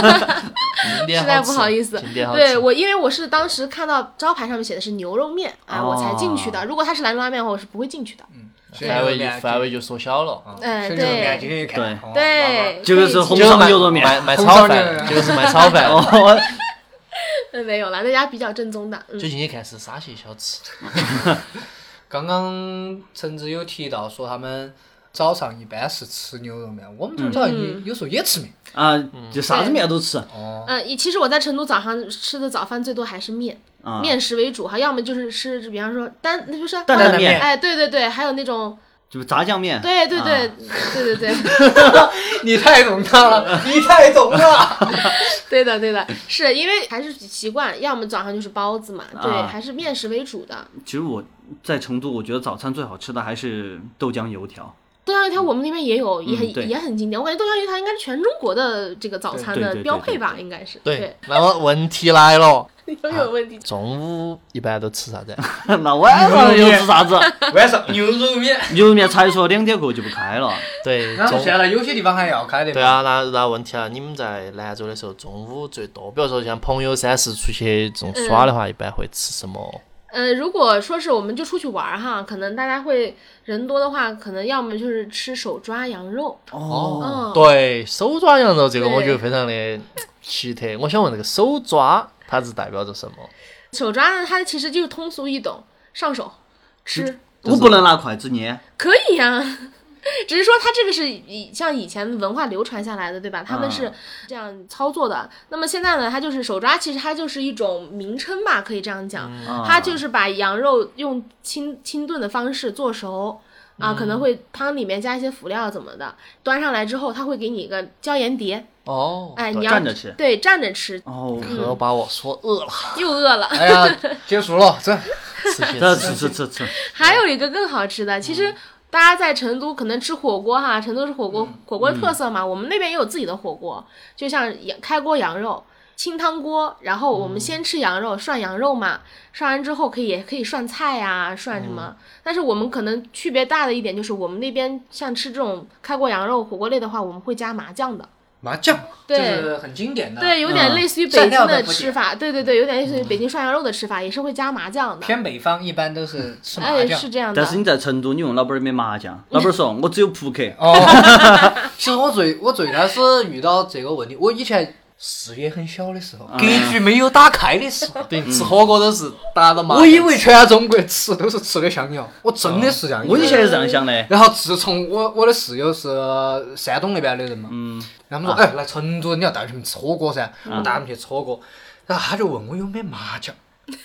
[SPEAKER 3] 景点
[SPEAKER 4] 实在
[SPEAKER 3] 吃
[SPEAKER 4] 不好意思
[SPEAKER 3] 景点，好吃
[SPEAKER 4] 对我，因为我是当时看到招牌上面写的是牛肉面，哎，我才进去的。
[SPEAKER 2] 哦
[SPEAKER 4] 如果它是兰州拉面的话，我是不会进去的。
[SPEAKER 3] 范围就范围就缩小了。
[SPEAKER 1] 啊
[SPEAKER 4] 哎，
[SPEAKER 1] 吃牛肉面今
[SPEAKER 4] 对，
[SPEAKER 1] 天一看，哦，
[SPEAKER 4] 对，
[SPEAKER 2] 这个是红
[SPEAKER 3] 结果
[SPEAKER 2] 烧
[SPEAKER 3] 买
[SPEAKER 2] 牛肉面
[SPEAKER 3] 买买
[SPEAKER 1] 红烧
[SPEAKER 3] 炒
[SPEAKER 1] 牛肉
[SPEAKER 3] 饭，
[SPEAKER 1] 面
[SPEAKER 3] 结果是卖
[SPEAKER 1] *laughs*
[SPEAKER 3] 炒饭。
[SPEAKER 2] 哦，
[SPEAKER 4] 嗯没有了，那家比较正宗的，嗯
[SPEAKER 3] 最，近一看是沙县小吃，
[SPEAKER 1] 刚刚陈子有提到说他们早上一般是吃牛肉面，我们这儿早上也有时候也吃面。
[SPEAKER 2] *laughs*
[SPEAKER 1] *laughs*
[SPEAKER 2] 啊，就啥子面都吃
[SPEAKER 1] 哦，
[SPEAKER 4] 嗯，其实我在成都早上吃的早饭最多还是面，
[SPEAKER 2] 啊。
[SPEAKER 4] 面食为主哈，要么就是吃，比方说担，那就是
[SPEAKER 2] 担担面
[SPEAKER 4] 哎，对对对，还有那种，
[SPEAKER 2] 就是炸酱面。
[SPEAKER 4] 对对对
[SPEAKER 2] 啊，
[SPEAKER 4] 对对对。 *laughs*
[SPEAKER 1] 你太懂他了，你太懂了。
[SPEAKER 4] 对的，对的，是因为还是习惯，要么早上就是包子嘛，对，
[SPEAKER 2] 啊
[SPEAKER 4] 还是面食为主的。
[SPEAKER 2] 其实我在成都，我觉得早餐最好吃的还是豆浆油条。
[SPEAKER 4] 豆浆油条我们那边也有，也
[SPEAKER 2] 嗯
[SPEAKER 4] 很、
[SPEAKER 2] 对
[SPEAKER 4] 也很经典。我感觉豆浆油条应该是全中国的这个早餐
[SPEAKER 2] 对对
[SPEAKER 4] 的
[SPEAKER 2] 对
[SPEAKER 4] 标
[SPEAKER 2] 对
[SPEAKER 4] 配吧，
[SPEAKER 2] 对
[SPEAKER 4] 应该是。
[SPEAKER 3] 对。那么问题来了，
[SPEAKER 4] 你都 *laughs* 有问题。
[SPEAKER 3] 中午一般都吃啥子？
[SPEAKER 2] *laughs* 那晚上又是啥子？
[SPEAKER 1] *laughs* 晚上牛肉面。
[SPEAKER 2] *laughs* 牛肉面才说两点过就不开了。
[SPEAKER 1] *laughs*
[SPEAKER 3] 对，
[SPEAKER 1] 然后
[SPEAKER 3] 中
[SPEAKER 1] 现在有些地方还要开的。
[SPEAKER 3] 对。啊，那那问题啊，你们在兰州的时候，中午最多，比如说像朋友三四出去这种耍的话，一般会吃什么？
[SPEAKER 4] 呃，如果说是我们就出去玩儿哈，可能大家会人多的话，可能要么就是吃手抓羊肉，
[SPEAKER 2] 哦，
[SPEAKER 4] 嗯，
[SPEAKER 3] 对手抓羊肉这个，我觉
[SPEAKER 4] 对
[SPEAKER 3] 得非常的奇特。我想问这个手抓它是代表着什么？
[SPEAKER 4] 手抓呢，它其实就是通俗易懂，上手吃
[SPEAKER 2] 我不能拿筷子捏。
[SPEAKER 4] 可以呀、 *laughs* 只是说它这个是以像以前文化流传下来的，对吧？他们
[SPEAKER 2] 啊
[SPEAKER 4] 是这样操作的。那么现在呢，它就是手抓，其实它就是一种名称吧，可以这样
[SPEAKER 2] 嗯
[SPEAKER 4] 讲。
[SPEAKER 2] 啊
[SPEAKER 4] 它就是把羊肉用清清炖的方式做熟。啊，
[SPEAKER 2] 嗯
[SPEAKER 4] 可能会汤里面加一些辅料怎么的，端上来之后，它会给你一个椒盐碟，
[SPEAKER 3] 哦，
[SPEAKER 4] 哎，
[SPEAKER 2] 对
[SPEAKER 4] 你要
[SPEAKER 2] 蘸着吃
[SPEAKER 4] 对，蘸着吃，
[SPEAKER 2] 哦，
[SPEAKER 3] 可把我说饿了，
[SPEAKER 4] 又饿了。
[SPEAKER 1] 哎呀，结束了，这
[SPEAKER 3] 吃
[SPEAKER 2] *laughs*
[SPEAKER 3] 些
[SPEAKER 2] 这吃吃吃吃，
[SPEAKER 4] 还有一个更好
[SPEAKER 1] 嗯
[SPEAKER 4] 吃的，其实大家在成都可能吃火锅哈，成都是火
[SPEAKER 1] 嗯
[SPEAKER 4] 锅火锅特色嘛，我们那边也有自己的火锅，就像羊开锅羊肉。清汤锅，然后我们先吃羊肉，涮羊肉嘛，涮完之后可以也可以涮菜呀、涮什
[SPEAKER 1] 嗯
[SPEAKER 4] 么。但是我们可能区别大的一点就是，我们那边像吃这种开锅羊肉火锅类的话，我们会加麻酱的，
[SPEAKER 1] 麻酱，
[SPEAKER 4] 对
[SPEAKER 1] 这是很经典的，
[SPEAKER 4] 对，有点
[SPEAKER 2] 嗯
[SPEAKER 4] 类似于
[SPEAKER 1] 蘸
[SPEAKER 4] 北
[SPEAKER 1] 料
[SPEAKER 4] 京
[SPEAKER 1] 的
[SPEAKER 4] 的
[SPEAKER 1] 不
[SPEAKER 4] 吃法，对对对，有点类似于北京涮羊肉的吃法，也是会加麻酱的。
[SPEAKER 1] 嗯偏北方一般都是吃麻
[SPEAKER 4] 哎，
[SPEAKER 1] 酱。
[SPEAKER 4] 是这样的。
[SPEAKER 2] 但是你在成都，你问老板儿有没有麻酱，老板儿说我只有扑克。
[SPEAKER 1] 哦， *laughs* 其实我最我最开始遇到这个问题，我以前视野很小的时候，
[SPEAKER 2] 嗯
[SPEAKER 1] 格局没有打开的时候，
[SPEAKER 3] 等于吃火锅都是打的麻将。
[SPEAKER 1] *laughs* 我以为全中国吃都是吃的香油，我真的是这样以为。
[SPEAKER 2] 哦我以前也是这样想的。
[SPEAKER 1] 然后自从我我的室友是山东那边的人嘛，嗯，他们说、
[SPEAKER 2] 啊
[SPEAKER 1] 哎来成都你要带他们吃火锅噻，
[SPEAKER 2] 嗯
[SPEAKER 1] 我带他们去吃火锅，然后他就问我有没麻酱， *laughs*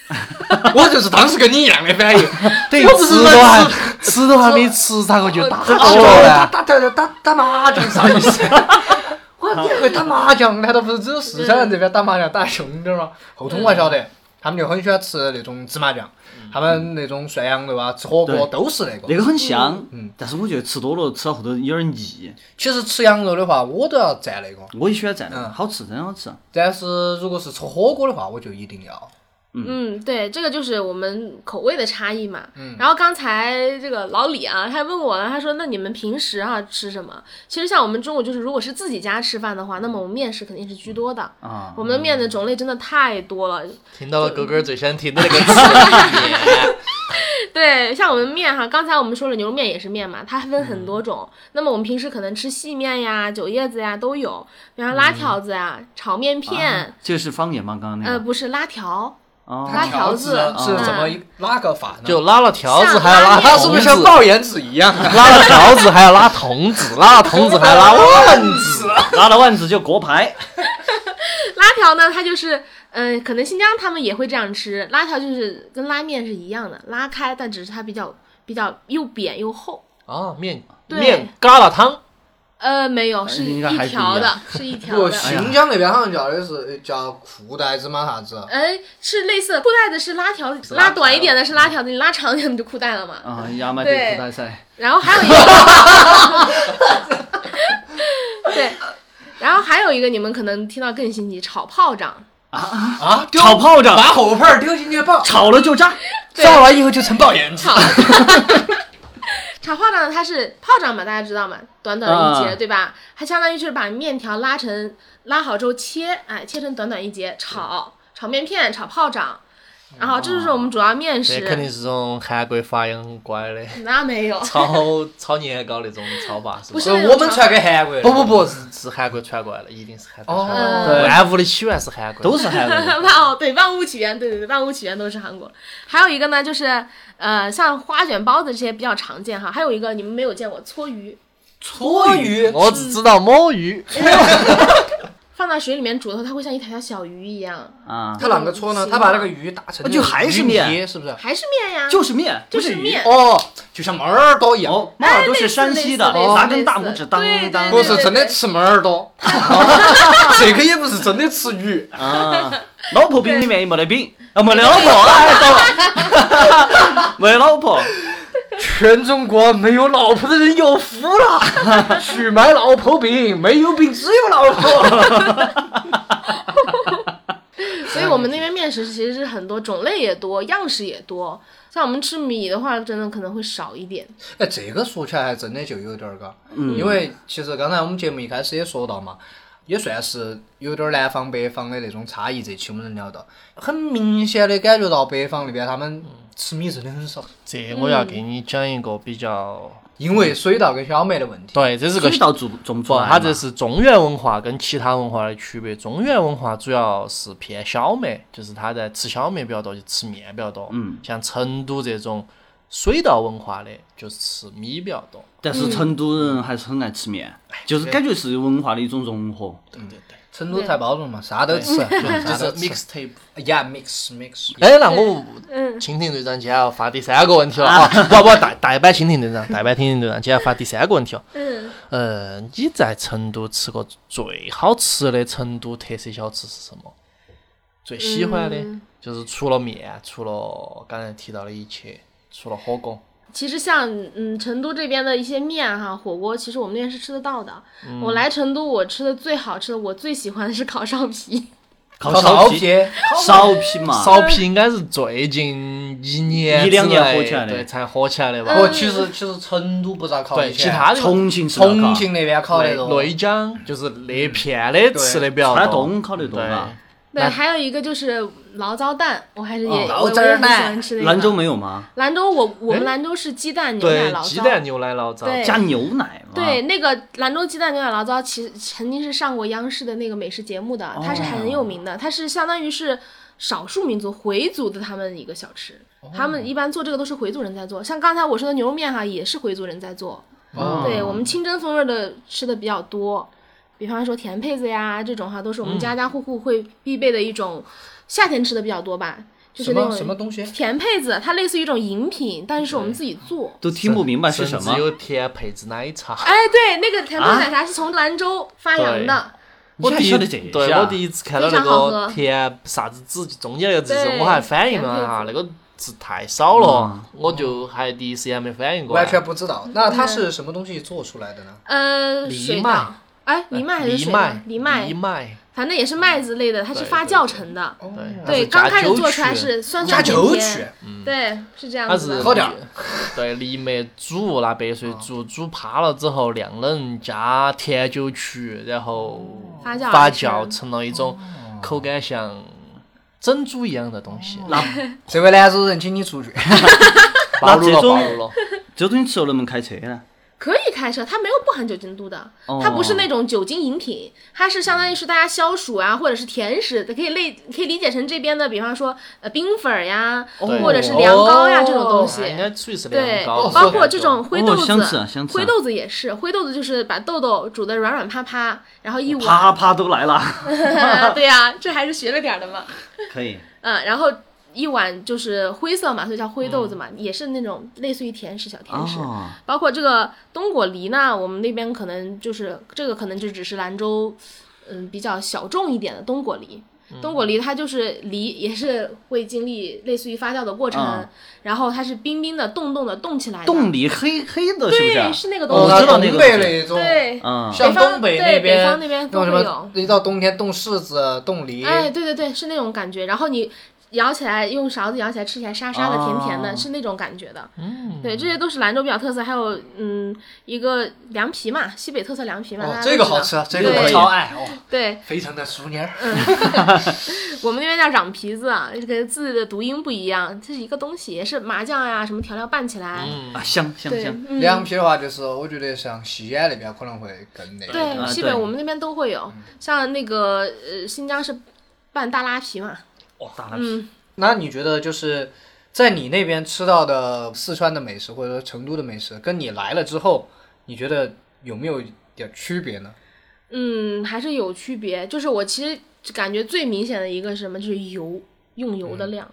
[SPEAKER 1] 我就是当时跟你一样的反应，
[SPEAKER 3] 等于
[SPEAKER 1] 我不
[SPEAKER 3] 吃
[SPEAKER 1] 是
[SPEAKER 3] 都还
[SPEAKER 1] 来吃。哦
[SPEAKER 3] 吃都还没吃，咋个
[SPEAKER 1] *laughs*
[SPEAKER 3] 就打
[SPEAKER 1] 打
[SPEAKER 3] 起来
[SPEAKER 1] 打
[SPEAKER 3] 了？
[SPEAKER 1] 打打打打麻将啥意 *laughs* 思？我你会打麻将？难道不是只有四川人这边打麻将打凶点儿吗？后头我还晓得，他们就很喜欢吃那种芝麻酱，他们那种涮羊肉啊、吃火锅
[SPEAKER 2] 对
[SPEAKER 1] 都是那个
[SPEAKER 2] 那。个很香，
[SPEAKER 4] 嗯
[SPEAKER 2] 但是我觉得吃多了吃到后头有点腻。
[SPEAKER 1] 其实吃羊肉的话，我都要蘸那个，
[SPEAKER 2] 我也喜欢蘸那个，
[SPEAKER 1] 嗯
[SPEAKER 2] 好吃，真好吃。
[SPEAKER 1] 但是如果是吃火锅的话，我就一定要。
[SPEAKER 4] 嗯，对，这个就是我们口味的差异嘛。然后刚才这个老李啊，他还问我了，他说：“那你们平时啊吃什么？”其实像我们中午就是，如果是自己家吃饭的话，那么我们面食肯定是居多的。
[SPEAKER 2] 啊
[SPEAKER 4] 我们的面的种类真的太多了。
[SPEAKER 3] 听到了狗狗儿最想听的那个词，
[SPEAKER 4] 对，像我们面哈，刚才我们说了牛肉面也是面嘛，它分很多种。那么我们平时可能吃细面呀、酒叶子呀都有，比方拉条子呀、炒面片，
[SPEAKER 2] 这个是方言吗？刚刚那
[SPEAKER 4] 呃，
[SPEAKER 2] 个？
[SPEAKER 4] 不是拉条，
[SPEAKER 2] 哦，
[SPEAKER 4] 拉条子
[SPEAKER 1] 是怎么
[SPEAKER 4] 嗯
[SPEAKER 1] 一哪个法呢？
[SPEAKER 3] 就拉了条子还要
[SPEAKER 1] 他
[SPEAKER 3] 拉
[SPEAKER 4] 他
[SPEAKER 1] 是
[SPEAKER 3] 筒
[SPEAKER 1] 不
[SPEAKER 3] 子
[SPEAKER 1] 是，像爆言子一样？
[SPEAKER 3] 拉了条子还要拉筒子，拉了筒子还要拉腕子。
[SPEAKER 2] 拿了丸子就锅拍。
[SPEAKER 4] 拉条呢，它就是，嗯、可能新疆他们也会这样吃。拉条就是跟拉面是一样的，拉开，但只是它比较比较又扁又厚。
[SPEAKER 3] 啊，面
[SPEAKER 4] 对
[SPEAKER 3] 面疙瘩汤，
[SPEAKER 4] 呃，没有，是
[SPEAKER 2] 应
[SPEAKER 4] 一
[SPEAKER 2] 该还是一
[SPEAKER 4] 条的
[SPEAKER 2] 样，
[SPEAKER 4] 是一条
[SPEAKER 1] 不，
[SPEAKER 4] 的。
[SPEAKER 1] 新疆那边好像叫的是呃叫裤带子嘛啥子？
[SPEAKER 4] 哎，是类似裤带的是拉条，拉短一点的是拉条的，你拉长一点你就裤带了嘛。
[SPEAKER 2] 啊，亚麻得
[SPEAKER 4] 对
[SPEAKER 2] 裤带噻。
[SPEAKER 4] 然后还有一个，
[SPEAKER 2] *laughs*
[SPEAKER 4] *laughs* 对，然后还有一个你们可能听到更新奇，炒炮仗。
[SPEAKER 1] 啊，丢
[SPEAKER 2] 炒炮仗，
[SPEAKER 1] 把后盘儿丢进去爆，
[SPEAKER 2] 炒了就炸。
[SPEAKER 1] 炸完以后就成爆言子。
[SPEAKER 4] *laughs* 炒炒炮仗呢，它是炮仗嘛，大家知道嘛，短短一节，
[SPEAKER 2] 啊
[SPEAKER 4] 对吧？它相当于就是把面条拉成拉好之后切，哎，切成短短一节，炒炒面片，炒炮仗，然后这就是我们主要面
[SPEAKER 3] 这
[SPEAKER 4] 食。
[SPEAKER 3] 哦肯定是这种韩国发音很乖 *laughs* 的，
[SPEAKER 4] 那没有，
[SPEAKER 3] 炒炒年糕那种炒法是吧
[SPEAKER 4] 不？是
[SPEAKER 1] 呃我们传给韩国人。
[SPEAKER 3] 不不不，是是韩国传过来的，一定是韩国传过来
[SPEAKER 4] 哦
[SPEAKER 3] 的。万物的起源是韩国的，
[SPEAKER 2] 都是韩国
[SPEAKER 4] *laughs*
[SPEAKER 2] 人。
[SPEAKER 4] 万哦，对，万物起源，对对对，万物起源都是韩国。还有一个呢，就是呃，像花卷、包子这些比较常见哈。还有一个你们没有见过搓鱼，
[SPEAKER 1] 搓鱼，
[SPEAKER 3] 我只知道摸鱼，
[SPEAKER 4] 放到水里面煮的时候，它会像一条条小鱼一样，
[SPEAKER 2] 啊，
[SPEAKER 1] 他啷个搓呢？他把那个鱼打成那种
[SPEAKER 2] 就还是
[SPEAKER 1] 鱼
[SPEAKER 2] 面
[SPEAKER 1] 泥，是不是？
[SPEAKER 4] 还是面呀，
[SPEAKER 2] 就是面，不
[SPEAKER 4] 就是
[SPEAKER 2] 鱼。
[SPEAKER 4] 面。
[SPEAKER 1] 哦，就像猫耳朵一样，
[SPEAKER 2] 哦，猫耳朵是山西的，
[SPEAKER 4] 哎类似类似
[SPEAKER 2] 拿根大拇指当
[SPEAKER 4] 类似
[SPEAKER 2] 当。
[SPEAKER 1] 不
[SPEAKER 4] 对
[SPEAKER 1] 是真的吃猫耳朵，哦
[SPEAKER 4] *laughs*
[SPEAKER 1] 这个也不是真的吃鱼。
[SPEAKER 2] 啊，老婆饼里面也没得饼，啊，没得老
[SPEAKER 4] *laughs*
[SPEAKER 2] 婆，哎，懂了， *laughs* 没得老婆，
[SPEAKER 1] 全中国没有老婆的人有福了，去买老婆饼，没有饼只有老婆。
[SPEAKER 4] 所以我我们那边面食其实是很多种类也多，样式也多。像我们吃米的话，真的可能会少一点。
[SPEAKER 1] 哎，这个说起来还真的就有点儿嘎，因为其实刚才我们节目一开始也说到嘛，也算是有点儿南方北方的那种差异。这期我们能聊到，很明显的感觉到北方那边他们吃米真的很少，
[SPEAKER 3] 这我要给你讲一个比较，
[SPEAKER 1] 因为水稻跟小麦的问题。
[SPEAKER 3] 对，这是个
[SPEAKER 2] 味道做做不出
[SPEAKER 3] 不，
[SPEAKER 2] 来嘛。
[SPEAKER 3] 它这是中原文化跟其他文化的区别。中原文化主要是偏小麦，就是他在吃小麦比较多，就吃面比较多。
[SPEAKER 2] 嗯，
[SPEAKER 3] 像成都这种水稻文化的，就是吃米比较多。
[SPEAKER 2] 但是成都人还是很爱吃面，就是感觉是文化的一种融合。
[SPEAKER 3] 对对对，
[SPEAKER 1] 成都太包容嘛，啥都吃，
[SPEAKER 3] 就
[SPEAKER 1] 啥
[SPEAKER 3] 是
[SPEAKER 1] *laughs* 都吃。
[SPEAKER 3] mixtape。
[SPEAKER 1] 呀，mix mix，
[SPEAKER 3] 哎，那我
[SPEAKER 2] 嗯
[SPEAKER 3] 蜻蜓队长今天要发第三个问题了
[SPEAKER 2] *laughs*
[SPEAKER 3] 啊！不不，代代班蜻蜓队长，代班蜻蜓队长今天要发第三个问题了。
[SPEAKER 4] 嗯，
[SPEAKER 3] 呃，你在成都吃过最好吃的成都特色小吃是什么？最喜欢的，
[SPEAKER 4] 嗯
[SPEAKER 3] 就是除了面，除了刚才提到的一切，除了火锅，
[SPEAKER 4] 其实像嗯成都这边的一些面哈、火锅，其实我们那边是吃得到的。我来成都，我吃的最好吃的，我最喜欢的是烤烧皮。
[SPEAKER 2] 烤
[SPEAKER 1] 烧
[SPEAKER 2] 皮，
[SPEAKER 1] 皮，
[SPEAKER 2] 烧皮
[SPEAKER 4] 啊
[SPEAKER 2] 嘛，
[SPEAKER 3] 烧皮应该是最近一年
[SPEAKER 2] 一两
[SPEAKER 3] 之
[SPEAKER 2] 年
[SPEAKER 3] 内
[SPEAKER 2] 火起来的
[SPEAKER 3] 对，才火起来的
[SPEAKER 4] 嗯
[SPEAKER 3] 吧？
[SPEAKER 1] 哦，其实其实成都不咋烤
[SPEAKER 3] 对，
[SPEAKER 1] 以
[SPEAKER 3] 其
[SPEAKER 1] 前
[SPEAKER 3] 他的
[SPEAKER 2] 重庆是
[SPEAKER 1] 重庆那边烤那
[SPEAKER 3] 内
[SPEAKER 1] 种，
[SPEAKER 3] 内江就是那片的吃的比较
[SPEAKER 2] 嗯川
[SPEAKER 3] 多。
[SPEAKER 2] 东烤得多嘛，
[SPEAKER 4] 对，
[SPEAKER 3] 那
[SPEAKER 4] 还有一个就是醪糟蛋，我还是也、
[SPEAKER 1] 醪
[SPEAKER 4] 我我
[SPEAKER 1] 糟
[SPEAKER 4] 也很喜
[SPEAKER 1] 蛋
[SPEAKER 4] 欢吃那个。
[SPEAKER 2] 兰州没有吗？
[SPEAKER 4] 兰州我我
[SPEAKER 3] 哎
[SPEAKER 4] 们兰州是鸡蛋牛
[SPEAKER 3] 对，
[SPEAKER 4] 奶醪
[SPEAKER 3] 鸡
[SPEAKER 4] 糟。
[SPEAKER 3] 蛋牛奶醪糟。
[SPEAKER 4] 对
[SPEAKER 2] 加牛奶
[SPEAKER 1] 啊
[SPEAKER 2] 嘛，
[SPEAKER 4] 对，那个兰州鸡蛋牛奶醪糟，其实曾经是上过央视的那个美食节目的，
[SPEAKER 1] 哦
[SPEAKER 4] 它是很有名的，它是相当于是少数民族回族的他们一个小吃，
[SPEAKER 1] 哦
[SPEAKER 4] 他们一般做这个都是回族人在做，像刚才我说的牛肉面哈，也是回族人在做，
[SPEAKER 1] 哦
[SPEAKER 4] 对我们清真风味的吃的比较多，比方说甜胚子呀这种哈，都是我
[SPEAKER 1] 嗯
[SPEAKER 4] 们家家户户会必备的一种，夏天吃的比较多吧，就是
[SPEAKER 1] 什
[SPEAKER 4] 那
[SPEAKER 1] 么
[SPEAKER 4] 种
[SPEAKER 1] 什么东西？
[SPEAKER 4] 甜胚子，它类似于一种饮品，但是是我们自己做。
[SPEAKER 2] 都听不明白是
[SPEAKER 3] 甚
[SPEAKER 2] 什
[SPEAKER 3] 至
[SPEAKER 2] 么。
[SPEAKER 3] 有甜配置奶茶。
[SPEAKER 4] 哎，对，那个甜
[SPEAKER 3] 啊
[SPEAKER 4] 筒奶茶是从兰州发扬的，
[SPEAKER 2] 你
[SPEAKER 3] 我
[SPEAKER 2] 还
[SPEAKER 3] 第一
[SPEAKER 2] 晓得这些
[SPEAKER 3] 对
[SPEAKER 2] 啊
[SPEAKER 3] 我第一次看到那
[SPEAKER 4] 非常好
[SPEAKER 3] 个
[SPEAKER 4] 喝
[SPEAKER 3] 甜啥子籽中间那个字时候，
[SPEAKER 4] 对
[SPEAKER 3] 我还反应了哈，那个字太少
[SPEAKER 2] 嗯
[SPEAKER 3] 了，我就还第一时间没反应过来。
[SPEAKER 1] 完全不知道。那它
[SPEAKER 4] 嗯
[SPEAKER 1] 是什么东西做出来的呢？
[SPEAKER 4] 呃，
[SPEAKER 3] 藜
[SPEAKER 4] 水
[SPEAKER 3] 麦
[SPEAKER 4] 稻，哎，
[SPEAKER 3] 哎
[SPEAKER 4] 藜麦还是
[SPEAKER 3] 藜
[SPEAKER 4] 水稻
[SPEAKER 3] 麦，？
[SPEAKER 4] 藜麦
[SPEAKER 3] 藜，麦，
[SPEAKER 4] 反正也是麦子类的，它是
[SPEAKER 3] 对
[SPEAKER 4] 发
[SPEAKER 3] 对
[SPEAKER 4] 酵成的。
[SPEAKER 1] 哦
[SPEAKER 3] 对它
[SPEAKER 4] 对，
[SPEAKER 3] 是
[SPEAKER 4] 刚
[SPEAKER 3] 加
[SPEAKER 4] 开始
[SPEAKER 3] 酒
[SPEAKER 4] 做出
[SPEAKER 3] 曲
[SPEAKER 4] 来
[SPEAKER 3] 嗯
[SPEAKER 4] 是酸
[SPEAKER 1] 加
[SPEAKER 4] 酸甜
[SPEAKER 1] 酒曲
[SPEAKER 4] 甜，，对，是这样
[SPEAKER 3] 它
[SPEAKER 4] 子
[SPEAKER 3] 是
[SPEAKER 4] 的。
[SPEAKER 1] 喝点儿
[SPEAKER 3] 对藜麦煮，拿白
[SPEAKER 4] 哦
[SPEAKER 3] 水煮，煮趴了之后晾冷，加甜酒曲，然后
[SPEAKER 4] 发酵
[SPEAKER 3] 发
[SPEAKER 4] 而
[SPEAKER 3] 酵
[SPEAKER 4] 成
[SPEAKER 3] 成了一种口感像珍珠一样的东西。
[SPEAKER 4] 嗯
[SPEAKER 2] 那
[SPEAKER 1] *laughs* 这位兰州人，请你出去。
[SPEAKER 3] 暴
[SPEAKER 2] 那
[SPEAKER 3] 露了，
[SPEAKER 2] 这种
[SPEAKER 3] 暴露了。
[SPEAKER 2] *laughs* 这种你吃了能不能开车呢？
[SPEAKER 4] 可以开车，它没有不含酒精度的，
[SPEAKER 3] 哦
[SPEAKER 4] 它不是那种酒精饮品，它是相当于是大家消暑啊，或者是甜食，可以类可以理解成这边的，比方说呃冰粉儿呀，
[SPEAKER 3] 哦
[SPEAKER 4] 或者是凉糕呀这种东西。
[SPEAKER 3] 啊应该属于是
[SPEAKER 4] 对，
[SPEAKER 3] 凉糕，
[SPEAKER 4] 包括这种灰豆
[SPEAKER 2] 哦
[SPEAKER 4] 子，
[SPEAKER 2] 相似啊相似啊
[SPEAKER 4] 灰豆子也是，灰豆子就是把豆豆煮的软软趴趴，然后一碗，呃
[SPEAKER 2] 啪啪都来了，
[SPEAKER 4] 对呀、这还是学了点儿的嘛，
[SPEAKER 2] 可以。
[SPEAKER 4] 嗯，然后一碗就是灰色嘛，所以叫灰豆子嘛，也是那种类似于甜食小甜
[SPEAKER 2] 嗯
[SPEAKER 4] 食。
[SPEAKER 2] 哦，
[SPEAKER 4] 包括这个冬果梨呢，我们那边可能就是这个，可能就只是兰州，嗯，比较小众一点的冬果梨。
[SPEAKER 2] 嗯
[SPEAKER 4] 冬果梨它就是梨，也是会经历类似于发酵的过程，
[SPEAKER 2] 嗯
[SPEAKER 4] 然后它是冰冰的、冻冻的冻起来的。
[SPEAKER 2] 冻梨黑黑的，是不
[SPEAKER 4] 对，
[SPEAKER 2] 是？
[SPEAKER 4] 是那个
[SPEAKER 2] 我
[SPEAKER 4] 东
[SPEAKER 2] 哦知
[SPEAKER 4] 西。
[SPEAKER 2] 道那个
[SPEAKER 1] 东北那种，
[SPEAKER 4] 对，
[SPEAKER 2] 嗯，
[SPEAKER 1] 像东
[SPEAKER 4] 北
[SPEAKER 1] 那
[SPEAKER 4] 方对北
[SPEAKER 1] 边
[SPEAKER 4] 方那
[SPEAKER 1] 那种
[SPEAKER 4] 边都
[SPEAKER 1] 什
[SPEAKER 4] 会
[SPEAKER 1] 么
[SPEAKER 4] 有，
[SPEAKER 1] 一到冬天冻柿子、冻梨，哦
[SPEAKER 4] 哎，对对对，是那种感觉。然后你咬起来，用勺子咬起来，吃起来沙沙的、甜甜
[SPEAKER 2] 哦
[SPEAKER 4] 的，是那种感觉的。嗯，对，这些都是兰州比较特色。还有，嗯，一个凉皮嘛，西北特色凉皮嘛，大
[SPEAKER 1] 哦，
[SPEAKER 4] 家都
[SPEAKER 1] 这个
[SPEAKER 4] 知道
[SPEAKER 1] 好吃，啊，这个
[SPEAKER 4] 对嗯
[SPEAKER 1] 我超爱哦，
[SPEAKER 4] 对
[SPEAKER 1] 非常的熟黏儿。
[SPEAKER 4] 我们那边叫瓤皮子啊，这个字的读音不一样，这是一个东西，也是麻酱呀、什么调料拌起来。
[SPEAKER 2] 啊香香
[SPEAKER 4] 对，
[SPEAKER 2] 香，
[SPEAKER 1] 嗯
[SPEAKER 4] 嗯，
[SPEAKER 1] 凉皮的话，就是我觉得像西安那边可能会更那个。
[SPEAKER 2] 啊
[SPEAKER 4] 对，西
[SPEAKER 2] 对
[SPEAKER 4] 北我们那边都会有，
[SPEAKER 1] 嗯
[SPEAKER 4] 像那个呃新疆是拌大拉皮嘛，
[SPEAKER 2] 大拉
[SPEAKER 4] 嗯，
[SPEAKER 1] 那你觉得就是在你那边吃到的四川的美食，或者说成都的美食，跟你来了之后，你觉得有没有点区别呢？
[SPEAKER 4] 嗯，还是有区别。就是我其实感觉最明显的一个是什么，就是油用油
[SPEAKER 2] 嗯
[SPEAKER 4] 的量。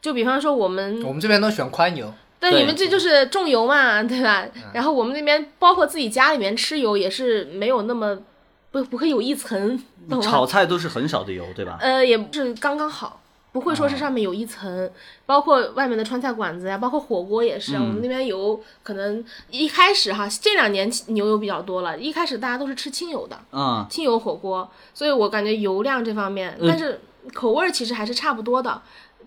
[SPEAKER 4] 就比方说我们，
[SPEAKER 1] 我们这边都喜欢宽油，
[SPEAKER 4] 但
[SPEAKER 2] 哦对嗯
[SPEAKER 4] 你们这就是重油嘛，对吧？然后我们那边包括自己家里面吃油也是没有那么不不会有一层，懂吗？
[SPEAKER 2] 炒菜都是很少的油，对吧？
[SPEAKER 4] 呃，也不是刚刚好，不会
[SPEAKER 2] 哦
[SPEAKER 4] 说是上面有一层，包括外面的川菜馆子呀，包括火锅也是啊。
[SPEAKER 2] 嗯
[SPEAKER 4] 我们那边油可能一开始哈，这两年牛油比较多了，一开始大家都是吃清油的，
[SPEAKER 2] 嗯，
[SPEAKER 3] 嗯
[SPEAKER 4] 清油火锅，所以我感觉油量这方面，但是口味儿其实还是差不多的，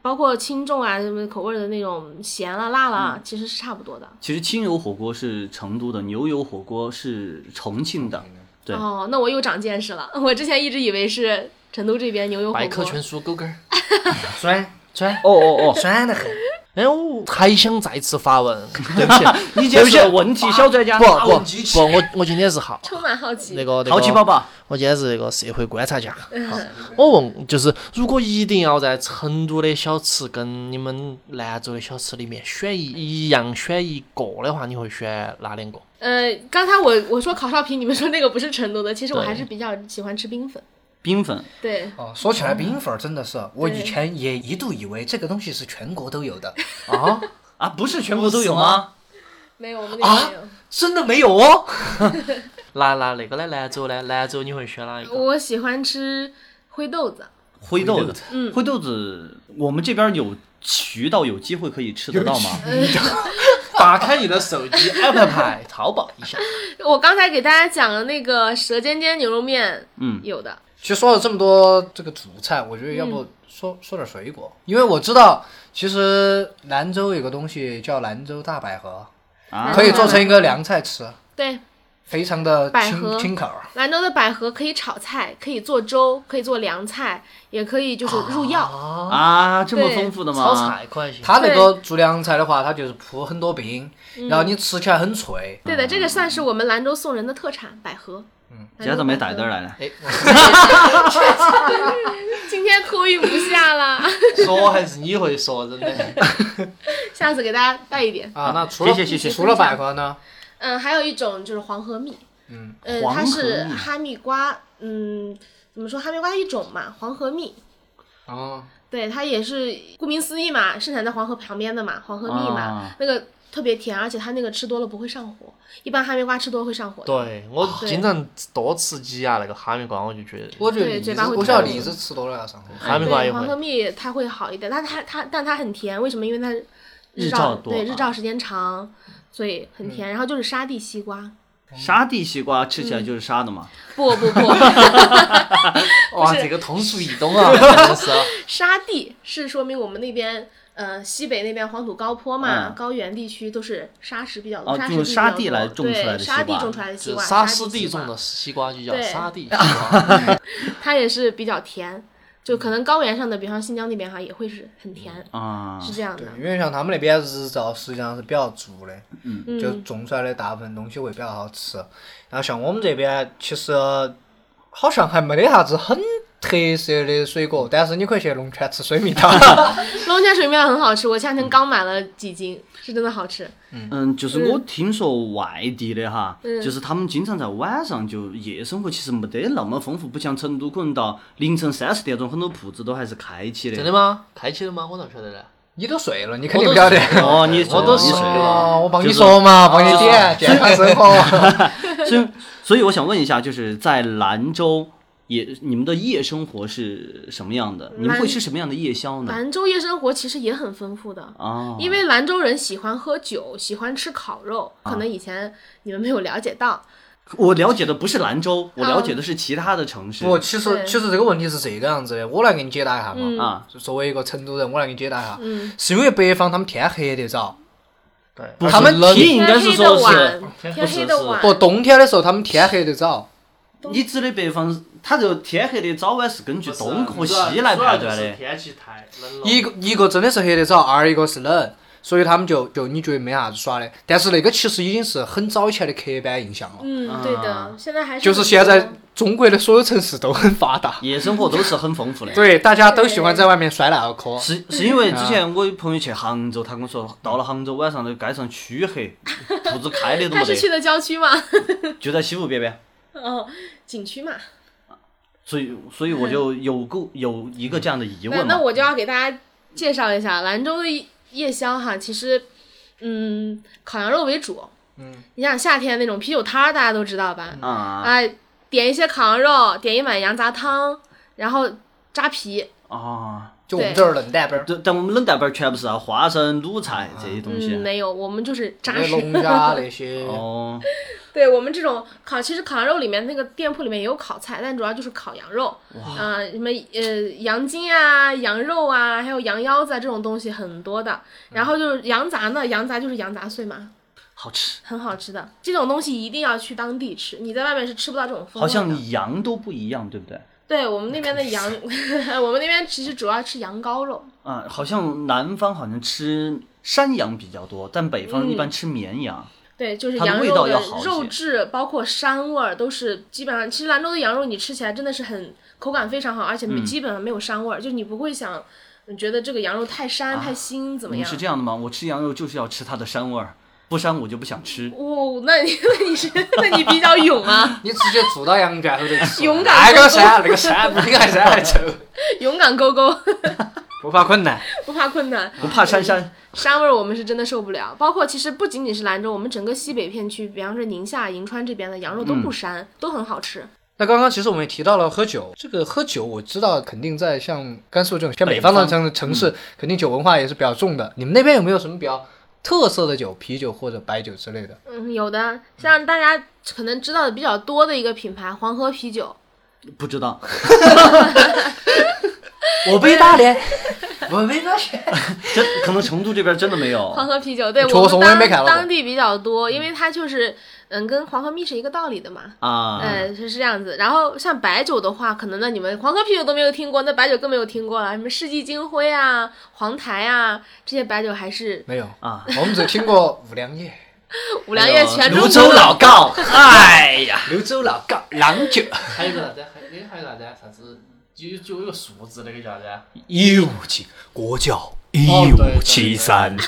[SPEAKER 4] 包括轻重啊什么口味儿的那种咸了、辣了
[SPEAKER 3] 嗯
[SPEAKER 4] 啊，其实是差不多的。
[SPEAKER 2] 其实清油火锅是成都的，牛油火锅是重庆的。对
[SPEAKER 4] 哦，那我又长见识了， *laughs* 我之前一直以为是成都这边牛油火
[SPEAKER 3] 百科
[SPEAKER 4] 锅。
[SPEAKER 3] 全书勾勾 *laughs* 儿。
[SPEAKER 1] 酸酸
[SPEAKER 2] 哦 *laughs* 哦哦，
[SPEAKER 1] 酸的很。
[SPEAKER 3] 哎，我还想再次发问，对不起， *laughs*
[SPEAKER 2] 你就是问题小专家，
[SPEAKER 3] 不
[SPEAKER 2] 发
[SPEAKER 3] 不
[SPEAKER 2] 问机器
[SPEAKER 3] 不，我我今天是好
[SPEAKER 4] 充满好奇，
[SPEAKER 3] 那个那个
[SPEAKER 2] 淘气包吧，
[SPEAKER 3] 我今天是一个社会观察家。好我问，就是如果一定要在成都的小吃跟你们兰州的小吃里面选一一样选一个的话，你会选哪两个？
[SPEAKER 4] 呃，刚才我我说烤烧皮，你们说那个不是成都的，其实我
[SPEAKER 3] 对
[SPEAKER 4] 还是比较喜欢吃冰粉。
[SPEAKER 2] 冰粉
[SPEAKER 4] 对，
[SPEAKER 1] 哦，说起来冰粉儿真的是，我以
[SPEAKER 4] 对
[SPEAKER 1] 前也一度以为这个东西是全国都有的，
[SPEAKER 3] 啊，
[SPEAKER 2] 啊，不是全国都有吗？
[SPEAKER 4] 没有我们那边
[SPEAKER 1] 啊
[SPEAKER 4] 没有。
[SPEAKER 1] 真的没有哦。
[SPEAKER 3] 那那那个呢？兰州呢？兰州你会选哪一个？
[SPEAKER 4] 我喜欢吃灰豆子，
[SPEAKER 2] 灰豆子，
[SPEAKER 4] 嗯
[SPEAKER 2] 灰豆子，我们这边有渠道，有机会可以吃得到吗？
[SPEAKER 3] 打开你的手机，App 派淘宝 *laughs* 一下。
[SPEAKER 4] 我刚才给大家讲的那个舌尖尖牛肉面，
[SPEAKER 2] 嗯，
[SPEAKER 4] 有的。
[SPEAKER 1] 其实说了这么多这个主菜，我觉得要不说、说点水果，因为我知道其实兰州有个东西叫兰州大百合，
[SPEAKER 2] 啊，
[SPEAKER 1] *laughs* 可以做成一个凉菜吃，
[SPEAKER 4] 对，
[SPEAKER 1] 非常的
[SPEAKER 4] 百合
[SPEAKER 1] 清清口儿。
[SPEAKER 4] 兰州的百合可以炒菜，可以做粥，可以做凉菜，也可以就是入药。
[SPEAKER 3] 啊，
[SPEAKER 2] 啊，这么
[SPEAKER 4] 对
[SPEAKER 2] 丰富的吗？
[SPEAKER 3] 炒菜可还行。
[SPEAKER 1] 它那个做凉菜的话，它就是铺很多冰，
[SPEAKER 4] 嗯
[SPEAKER 1] 然后你吃起来很脆。
[SPEAKER 4] 对的，这个算是我们兰州送人的特产百合。嗯，
[SPEAKER 2] 这怎么没逮到来呢？
[SPEAKER 3] 哎，
[SPEAKER 4] 今天托运不下了，
[SPEAKER 3] 我
[SPEAKER 4] *laughs*
[SPEAKER 3] 说还是你会说，真的。
[SPEAKER 4] 下次给大家带一点。
[SPEAKER 1] 啊，那除了
[SPEAKER 2] 谢谢谢谢
[SPEAKER 1] 除了
[SPEAKER 4] 啊
[SPEAKER 1] 百合呢？
[SPEAKER 4] 嗯，还有一种就是黄河蜜，
[SPEAKER 1] 嗯，
[SPEAKER 4] 呃，
[SPEAKER 2] 黄
[SPEAKER 4] 它是
[SPEAKER 2] 河蜜
[SPEAKER 4] 哈密瓜，嗯，怎么说哈密瓜的一种嘛，黄河蜜。
[SPEAKER 1] 哦，
[SPEAKER 4] 对，它也是顾名思义嘛，盛产在黄河旁边的嘛，黄河蜜嘛，
[SPEAKER 2] 啊
[SPEAKER 4] 那个特别甜，而且它那个吃多了不会上火，一般哈密瓜吃多会上火的。
[SPEAKER 3] 对我
[SPEAKER 4] 对
[SPEAKER 3] 经常多吃几啊下那个哈密瓜，我就觉得
[SPEAKER 1] 我觉得
[SPEAKER 4] 对
[SPEAKER 1] 李
[SPEAKER 4] 嘴
[SPEAKER 1] 子
[SPEAKER 4] 巴会，
[SPEAKER 1] 我晓得
[SPEAKER 4] 疼
[SPEAKER 1] 李子吃多了要上火。
[SPEAKER 2] 啊
[SPEAKER 3] 哈密瓜
[SPEAKER 4] 对，
[SPEAKER 3] 也
[SPEAKER 4] 黄
[SPEAKER 3] 会
[SPEAKER 4] 河。蜜它会好一点，但它它但它很甜，为什么？因为它
[SPEAKER 2] 日
[SPEAKER 4] 照
[SPEAKER 2] 照多
[SPEAKER 4] 对
[SPEAKER 2] 啊嗯
[SPEAKER 4] 日照时间长，所以很甜。然后就是沙地西瓜，
[SPEAKER 2] *laughs* 沙地西瓜吃起来就是沙的嘛，
[SPEAKER 4] 不不不，
[SPEAKER 3] 哇，
[SPEAKER 4] 是
[SPEAKER 3] 这个通俗易懂
[SPEAKER 4] *laughs*
[SPEAKER 3] 啊，真的是。
[SPEAKER 4] *laughs* 沙地是说明我们那边呃西北那边黄土高坡嘛，
[SPEAKER 2] 嗯
[SPEAKER 4] 高原地区都是沙石比较多，
[SPEAKER 2] 哦
[SPEAKER 4] 沙石
[SPEAKER 2] 用
[SPEAKER 4] 地比
[SPEAKER 2] 沙
[SPEAKER 4] 较
[SPEAKER 2] 地
[SPEAKER 4] 多
[SPEAKER 2] 来种出来的
[SPEAKER 4] 对，沙
[SPEAKER 2] 西
[SPEAKER 4] 地
[SPEAKER 2] 瓜
[SPEAKER 4] 种出来的西
[SPEAKER 3] 就
[SPEAKER 4] 瓜，
[SPEAKER 3] 沙
[SPEAKER 4] 地
[SPEAKER 3] 湿地
[SPEAKER 4] 西瓜
[SPEAKER 3] 种的西瓜就叫
[SPEAKER 4] 对
[SPEAKER 3] 沙地西瓜，
[SPEAKER 4] 它也是比较甜，就可能高原上的，比方新疆那边哈也会是很甜，
[SPEAKER 2] 啊
[SPEAKER 4] 是，这样
[SPEAKER 1] 对
[SPEAKER 4] 的。，
[SPEAKER 1] 因为像他们那边日照实际上是比较足的，
[SPEAKER 4] 嗯，
[SPEAKER 1] 就种出来的大部分东西会比较好吃。然后像我们这边其实好像还没得啥子很特色的水果，但是你可以去龙泉吃水蜜桃。 *laughs*
[SPEAKER 4] 龙泉水蜜桃很好吃，我前两天刚买了几斤，是真的好吃。
[SPEAKER 2] 嗯，就是我听说外地的哈，
[SPEAKER 4] 嗯
[SPEAKER 2] 就是他们经常在晚上就夜生活，其实没得那么丰富，不像成都，可能到凌晨三四点钟，很多铺子都还是开起的。
[SPEAKER 3] 真的吗？开启了吗？我咋不晓得呢？
[SPEAKER 1] 你都睡了，你肯定不晓得。 *laughs*
[SPEAKER 2] 哦，你
[SPEAKER 3] 我都
[SPEAKER 2] 你
[SPEAKER 3] 睡
[SPEAKER 2] 睡
[SPEAKER 3] 了
[SPEAKER 2] 了。
[SPEAKER 1] 哦，我帮你
[SPEAKER 2] 就是
[SPEAKER 1] 说嘛，帮你
[SPEAKER 2] *laughs*
[SPEAKER 1] 点健康生活。
[SPEAKER 2] 所以，所以我想问一下，就是在兰州。也，你们的夜生活是什么样的？你们会吃什么样的夜宵呢？
[SPEAKER 4] 兰州夜生活其实也很丰富的，
[SPEAKER 2] 啊，
[SPEAKER 4] 因为兰州人喜欢喝酒，喜欢吃烤肉，可能以前你们没有了解到。
[SPEAKER 2] 我了解的不是兰州，
[SPEAKER 4] 嗯
[SPEAKER 2] 我了解的是其他的城市。
[SPEAKER 1] 不，其实
[SPEAKER 4] 对
[SPEAKER 1] 其实这个问题是这个样子的，我来给你解答一下嘛。
[SPEAKER 2] 啊，
[SPEAKER 1] 作为一个成都人，我来给你解答一下，
[SPEAKER 4] 嗯，
[SPEAKER 1] 是因为北方他们天黑得早，
[SPEAKER 3] 对，
[SPEAKER 2] 不是
[SPEAKER 1] 他们
[SPEAKER 2] 冷，
[SPEAKER 1] 提
[SPEAKER 2] 应该是
[SPEAKER 4] 天黑的
[SPEAKER 2] 说是
[SPEAKER 4] 晚，
[SPEAKER 3] 天
[SPEAKER 4] 天
[SPEAKER 2] 不
[SPEAKER 4] 黑
[SPEAKER 2] 是
[SPEAKER 4] 的
[SPEAKER 2] 是
[SPEAKER 4] 晚，
[SPEAKER 1] 不，冬天的时候他们天黑得早。
[SPEAKER 2] 你指的北方，它这个天黑的早晚是根据东和西来判断的。
[SPEAKER 3] 天气太冷了
[SPEAKER 1] 一个一个真的是黑得早，二一个是冷，所以他们就就你觉得没啥子耍的。但是那个其实已经是很早以前的刻板印象了，
[SPEAKER 4] 嗯，对的
[SPEAKER 2] 啊，
[SPEAKER 4] 现在还是
[SPEAKER 1] 就是
[SPEAKER 4] 很
[SPEAKER 1] 现在
[SPEAKER 4] 多
[SPEAKER 1] 中国的所有城市都很发达，
[SPEAKER 2] 夜生活都是很丰富 *laughs* 的。
[SPEAKER 1] 对，大家都喜欢在外面摔烂壳。
[SPEAKER 2] 是是因为之前我有朋友去杭州，他跟我说，到了杭州晚上那街上黢黑，兔子开的都
[SPEAKER 4] 他
[SPEAKER 2] 没 *laughs*
[SPEAKER 4] 是去
[SPEAKER 2] 得，
[SPEAKER 4] 的郊区吗？
[SPEAKER 2] 就在西湖边边。
[SPEAKER 4] *laughs* 哦，景区嘛。
[SPEAKER 2] 所以，所以我就有个有一个这样的疑
[SPEAKER 4] 那
[SPEAKER 2] 问
[SPEAKER 4] 那
[SPEAKER 2] 嘛。
[SPEAKER 4] 我就要给大家介绍一下兰州的夜宵哈，其实，嗯，烤羊肉为主。嗯，你想夏天那种啤酒摊儿，大家都知道吧？
[SPEAKER 2] 啊
[SPEAKER 4] 哎、点一些烤羊肉，点一碗羊杂汤，然后扎啤，
[SPEAKER 2] 啊！
[SPEAKER 1] 就我们这儿冷淡边儿，
[SPEAKER 2] 但但我们冷淡边儿全部是啊花生、卤菜这些东
[SPEAKER 4] 嗯，
[SPEAKER 2] 西。
[SPEAKER 4] 没有，我们就是扎
[SPEAKER 1] 那
[SPEAKER 4] 实。
[SPEAKER 1] 龙虾那些，
[SPEAKER 2] 哦，
[SPEAKER 4] 对我们这种烤，其实烤羊肉里面那个店铺里面也有烤菜，但主要就是烤羊肉，呃，什么呃羊筋啊、羊肉啊，还有羊腰子啊这种东西很多的。然后就是羊杂呢，羊杂就是羊杂碎嘛，
[SPEAKER 2] 好吃，
[SPEAKER 4] 很好吃的。这种东西一定要去当地吃，你在外面是吃不到这种风
[SPEAKER 2] 好
[SPEAKER 4] 味的。
[SPEAKER 2] 像羊都不一样，对不对？
[SPEAKER 4] 对我们那边的羊， *laughs* 我们那边其实主要吃羊羔肉，
[SPEAKER 2] 啊，好像南方好像吃山羊比较多，但北方一般吃绵羊。
[SPEAKER 4] 对，就是
[SPEAKER 2] 它的
[SPEAKER 4] 羊
[SPEAKER 2] 味
[SPEAKER 4] 肉
[SPEAKER 2] 道
[SPEAKER 4] 的
[SPEAKER 2] 要好一些
[SPEAKER 4] 肉质，包括膻味儿，都是基本上。其实兰州的羊肉你吃起来真的是很口感非常好，而且
[SPEAKER 2] 嗯
[SPEAKER 4] 没、基本上没有膻味儿，就是你不会想你觉得这个羊肉太膻、太腥怎么
[SPEAKER 2] 啊你
[SPEAKER 4] 样
[SPEAKER 2] 是。这样的吗？我吃羊肉就是要吃它的膻味儿，不膻我就不想吃。
[SPEAKER 4] 哦，那你那你是那你比较勇啊， *laughs*
[SPEAKER 1] 你直接坐到羊圈后头吃，
[SPEAKER 4] 勇敢
[SPEAKER 1] 那个山，那个山比那个山还臭，
[SPEAKER 4] 勇敢勾勾， *laughs*
[SPEAKER 1] 不怕困难。
[SPEAKER 4] 不怕困难。
[SPEAKER 2] 不怕膻膻，
[SPEAKER 4] 膻味儿我们是真的受不了，包括其实不仅仅是兰州，我们整个西北片区，比方说宁夏、银川这边的羊肉都
[SPEAKER 2] 嗯
[SPEAKER 4] 不膻，都很好吃。
[SPEAKER 1] 那刚刚其实我们也提到了喝酒，这个喝酒我知道肯定在像甘肃这种像北方的嗯城城市，肯定酒文化也是比较重的。你们那边有没有什么比较特色的酒，啤酒或者白酒之类的？
[SPEAKER 4] 嗯，有的像大家可能知道的比较多的一个品牌，黄河啤酒，
[SPEAKER 2] 不知道。
[SPEAKER 1] 我被打脸，我被打脸。
[SPEAKER 2] 真可能成都这边真的没有。
[SPEAKER 4] 黄河啤酒，对
[SPEAKER 1] 你瞅
[SPEAKER 4] 我
[SPEAKER 1] 我怂
[SPEAKER 4] 们
[SPEAKER 1] 我也没
[SPEAKER 4] 当
[SPEAKER 1] 看到过
[SPEAKER 4] 当地比较多，因为它就是嗯跟黄河蜜是一个道理的嘛。
[SPEAKER 2] 啊，
[SPEAKER 4] 呃，是是这样子。然后像白酒的话，可能那你们黄河啤酒都没有听过，那白酒更没有听过了。什么世纪金辉啊、黄台啊这些白酒，还是
[SPEAKER 1] 没有
[SPEAKER 2] 啊，
[SPEAKER 1] 我们只听过五粮液、
[SPEAKER 4] 五粮液
[SPEAKER 2] 哎
[SPEAKER 4] 全中
[SPEAKER 2] 泸
[SPEAKER 4] 国
[SPEAKER 2] 州老窖。哎呀，
[SPEAKER 1] 泸州老窖、郎酒。
[SPEAKER 3] 还有个啥子？还你还有啥子？啥子？有就有个数字那个叫啥子？啊
[SPEAKER 1] 一五七国窖一哦
[SPEAKER 3] 1573，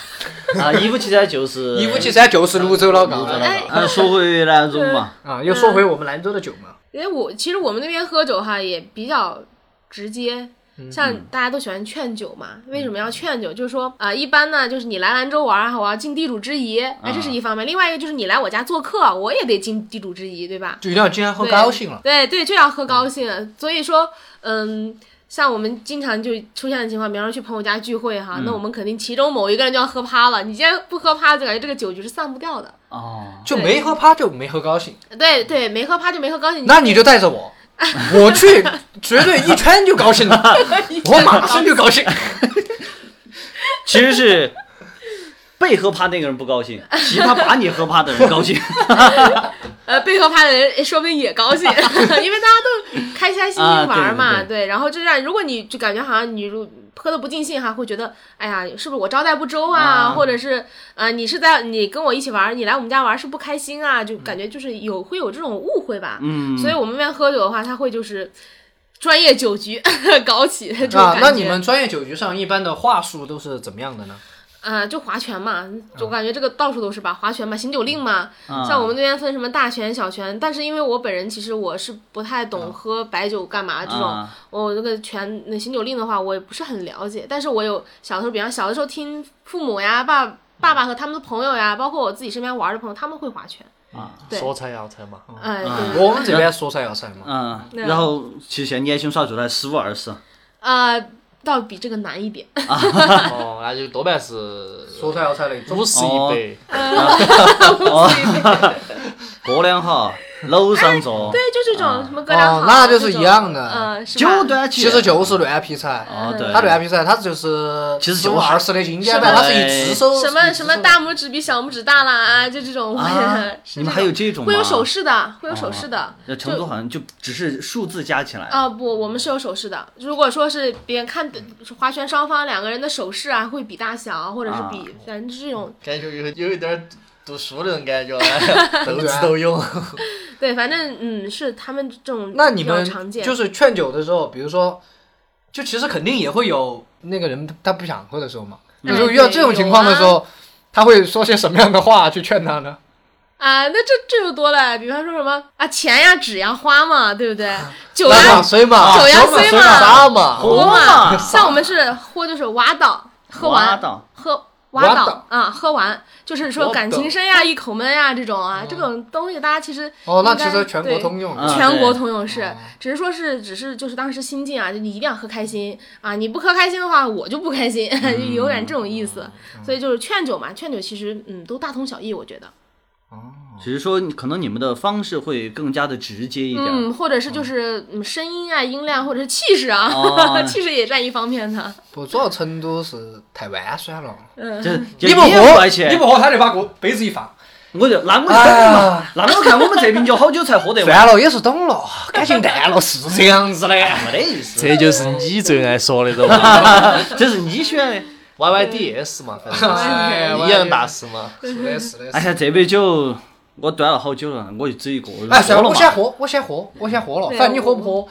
[SPEAKER 2] 啊，一五七三
[SPEAKER 1] *laughs*
[SPEAKER 2] 就是
[SPEAKER 1] 一五七。三就是泸州老窖
[SPEAKER 2] 知道
[SPEAKER 1] 了
[SPEAKER 4] 哎
[SPEAKER 2] 了啊，说回兰州嘛，
[SPEAKER 1] 啊！又说回我们兰州的酒嘛，
[SPEAKER 4] 因为我其实我们那边喝酒哈也比较直接，
[SPEAKER 1] 嗯
[SPEAKER 4] 像大家都喜欢劝酒嘛。为什么要劝酒？就是说啊、呃一般呢就是你来兰州玩儿，我要尽地主之谊，
[SPEAKER 1] 啊
[SPEAKER 4] 哎，这是一方面；另外一个就是你来我家做客，我也得尽地主之谊，对吧？
[SPEAKER 1] 就一定要今天喝高兴了。嗯
[SPEAKER 4] 对对，就要喝高兴了。所以说，嗯，像我们经常就出现的情况，比方说去朋友家聚会
[SPEAKER 1] 嗯
[SPEAKER 4] 哈，那我们肯定其中某一个人就要喝趴了。你今天不喝趴，就感觉这个酒局是散不掉的。
[SPEAKER 2] 哦，
[SPEAKER 1] 就没喝趴就没喝高兴，
[SPEAKER 4] 对对，没喝趴就没喝高兴。
[SPEAKER 1] *laughs* 那你就带着我，我去，绝对一圈就高兴 *laughs* 了，我马上就高兴。
[SPEAKER 2] 其实是被喝趴那个人不高兴，其他把你喝趴的人高兴。
[SPEAKER 4] 呃，被合拍的人诶说不定也高
[SPEAKER 2] *laughs*
[SPEAKER 4] 兴，因为 *laughs* 大家都开开心心
[SPEAKER 2] 啊对
[SPEAKER 4] 玩儿嘛，
[SPEAKER 2] 对
[SPEAKER 4] 然后就让如果你就感觉好像你如喝的不尽兴哈，会觉得哎呀，是不是我招待不周啊？
[SPEAKER 2] 啊
[SPEAKER 4] 或者是呃，你是在你跟我一起玩儿，你来我们家玩儿是不开心啊？就感觉就是有会有这种误会吧。
[SPEAKER 2] 嗯，
[SPEAKER 4] *laughs* 所以我们那边喝酒的话，他会就是 *laughs* 专业酒局搞起这种
[SPEAKER 1] 啊
[SPEAKER 4] 感，觉。
[SPEAKER 1] 那你们专业酒局上一般的话术都是怎么样的呢？
[SPEAKER 4] 呃，就划拳嘛，就我感觉这个到处都是吧，划拳嘛，醒酒令嘛，
[SPEAKER 2] 啊
[SPEAKER 4] 像我们那边分什么大拳、小拳，但是因为我本人其实我是不太懂喝白酒干嘛这种，
[SPEAKER 2] 啊
[SPEAKER 4] 我那个拳那醒酒令的话，我也不是很了解。但是我有小的时候，比方小的时候听父母呀、爸爸爸和他们的朋友呀，包括我自己身边玩的朋友，他们会划拳。
[SPEAKER 2] 啊
[SPEAKER 4] 对
[SPEAKER 3] 说菜要菜
[SPEAKER 1] 哦
[SPEAKER 3] 嘛。
[SPEAKER 4] 哎，
[SPEAKER 2] 啊
[SPEAKER 4] 对，
[SPEAKER 1] 我们这边说菜要菜嘛，
[SPEAKER 2] 嗯，
[SPEAKER 4] 对
[SPEAKER 2] 然后其实年轻耍酒的十五二十，
[SPEAKER 4] 呃，倒比这个难一点。
[SPEAKER 3] 哦，那就多半是
[SPEAKER 1] 说菜要菜的一种
[SPEAKER 3] 五十一杯。
[SPEAKER 2] 过两哈，楼上坐，
[SPEAKER 4] 哎对，就这种什么哥俩好、啊
[SPEAKER 1] 哦那就是
[SPEAKER 4] 这种
[SPEAKER 1] 一样的
[SPEAKER 4] 呃，是吧
[SPEAKER 2] 酒端起。
[SPEAKER 1] 其实就是乱劈柴。
[SPEAKER 2] 哦，对，
[SPEAKER 1] 他乱劈柴，他就是
[SPEAKER 2] 其实
[SPEAKER 1] 十
[SPEAKER 2] 就
[SPEAKER 1] 五
[SPEAKER 2] 是
[SPEAKER 1] 二十的金钱
[SPEAKER 4] 什
[SPEAKER 1] 吧，
[SPEAKER 4] 么
[SPEAKER 1] 他是以直收
[SPEAKER 4] 什么什么。大拇指比小拇指大啦，啊就这种。
[SPEAKER 2] 啊
[SPEAKER 4] *laughs* 是
[SPEAKER 2] 你们
[SPEAKER 4] 这
[SPEAKER 2] 还有
[SPEAKER 4] 种
[SPEAKER 2] 这种吗
[SPEAKER 4] 会有手势的，会有手势的。
[SPEAKER 2] 那成都好像就只是数字加起来，
[SPEAKER 4] 啊、不，我们是有手势的。如果说是别人看划拳双方两个人的手势啊，会比大小，或者是比、
[SPEAKER 1] 啊
[SPEAKER 4] 反正这种
[SPEAKER 3] 感觉有有一点儿读书那种感觉，斗智斗勇。
[SPEAKER 4] 对，反正嗯是他们这种
[SPEAKER 1] 那你
[SPEAKER 4] 比较
[SPEAKER 1] 们
[SPEAKER 4] 常见，
[SPEAKER 1] 就是是劝酒的时候，比如说，就其实肯定也会有那个人他不想喝的时候嘛。比
[SPEAKER 4] 嗯
[SPEAKER 1] 如说遇到这种情况的时
[SPEAKER 4] 哎
[SPEAKER 1] 候，他会说些什么样的话去劝他呢？
[SPEAKER 4] 啊，那这这就多了，比方说什么啊钱呀纸呀花嘛，对
[SPEAKER 1] *laughs*
[SPEAKER 4] 不对？酒
[SPEAKER 1] 拉
[SPEAKER 4] 呀
[SPEAKER 1] 马水嘛，
[SPEAKER 4] 酒呀水嘛
[SPEAKER 1] 啥嘛？
[SPEAKER 4] 喝
[SPEAKER 2] 嘛
[SPEAKER 4] 嘛，像我们是喝就是挖到，喝
[SPEAKER 2] 挖
[SPEAKER 4] 完
[SPEAKER 2] 到
[SPEAKER 4] 喝。
[SPEAKER 1] 挖
[SPEAKER 4] 挖到
[SPEAKER 1] 到
[SPEAKER 4] 啊，喝完就是说
[SPEAKER 1] 挖嗯
[SPEAKER 4] 感
[SPEAKER 1] 到
[SPEAKER 4] 情深呀、一口闷呀这种啊，这种东西大家其实
[SPEAKER 1] 哦，那
[SPEAKER 4] 应
[SPEAKER 1] 其实
[SPEAKER 4] 该
[SPEAKER 1] 全国
[SPEAKER 4] 对
[SPEAKER 1] 通用
[SPEAKER 2] 啊
[SPEAKER 1] 的。
[SPEAKER 4] 全国
[SPEAKER 2] 对
[SPEAKER 4] 通用是，只是说是只是就是当时心境啊，就你一定要喝开心啊，你不喝开心的话，我就不开心，
[SPEAKER 2] 嗯
[SPEAKER 4] *laughs* 嗯就有点这种意思。所以就是劝酒嘛，劝酒其实嗯都大同小异，我觉得。
[SPEAKER 2] 只是说可能你们的方式会更加的直接一点。
[SPEAKER 4] 嗯，或者是就是嗯声音啊、音量，或者是气势啊，
[SPEAKER 2] 哦
[SPEAKER 4] *laughs* 气势也占一方面的。
[SPEAKER 1] 不，主要成都是太弯酸了。
[SPEAKER 4] *laughs*
[SPEAKER 2] 这
[SPEAKER 1] 你
[SPEAKER 2] 也
[SPEAKER 1] 不
[SPEAKER 2] 也
[SPEAKER 1] 喝
[SPEAKER 2] 怪，起
[SPEAKER 1] 你不喝，他就把锅杯子一放。
[SPEAKER 2] 我就那我就
[SPEAKER 1] 哎
[SPEAKER 2] 等
[SPEAKER 1] 呀
[SPEAKER 2] 嘛，那我看我们这瓶酒好久才喝得完，
[SPEAKER 1] 算了，也是懂了，感情淡了，是这样子
[SPEAKER 4] 哎
[SPEAKER 1] 的。
[SPEAKER 2] 没得意思。
[SPEAKER 3] 这就是你最爱说的，懂吗
[SPEAKER 1] 啊
[SPEAKER 2] 这是你选的。
[SPEAKER 3] ？Y Y D S 嘛，反 *laughs* 正
[SPEAKER 1] 哎
[SPEAKER 3] 是一样大师嘛。
[SPEAKER 1] 是的，是的。
[SPEAKER 2] 哎
[SPEAKER 1] 是的
[SPEAKER 2] 呀，这杯酒我端了好久了，我就只一个人
[SPEAKER 1] 哎，算
[SPEAKER 2] 喝
[SPEAKER 1] 了，
[SPEAKER 2] 了
[SPEAKER 1] 我先
[SPEAKER 2] 嘛。
[SPEAKER 1] 喝，我先喝，我先喝了。
[SPEAKER 4] 对
[SPEAKER 1] 反正你喝不喝，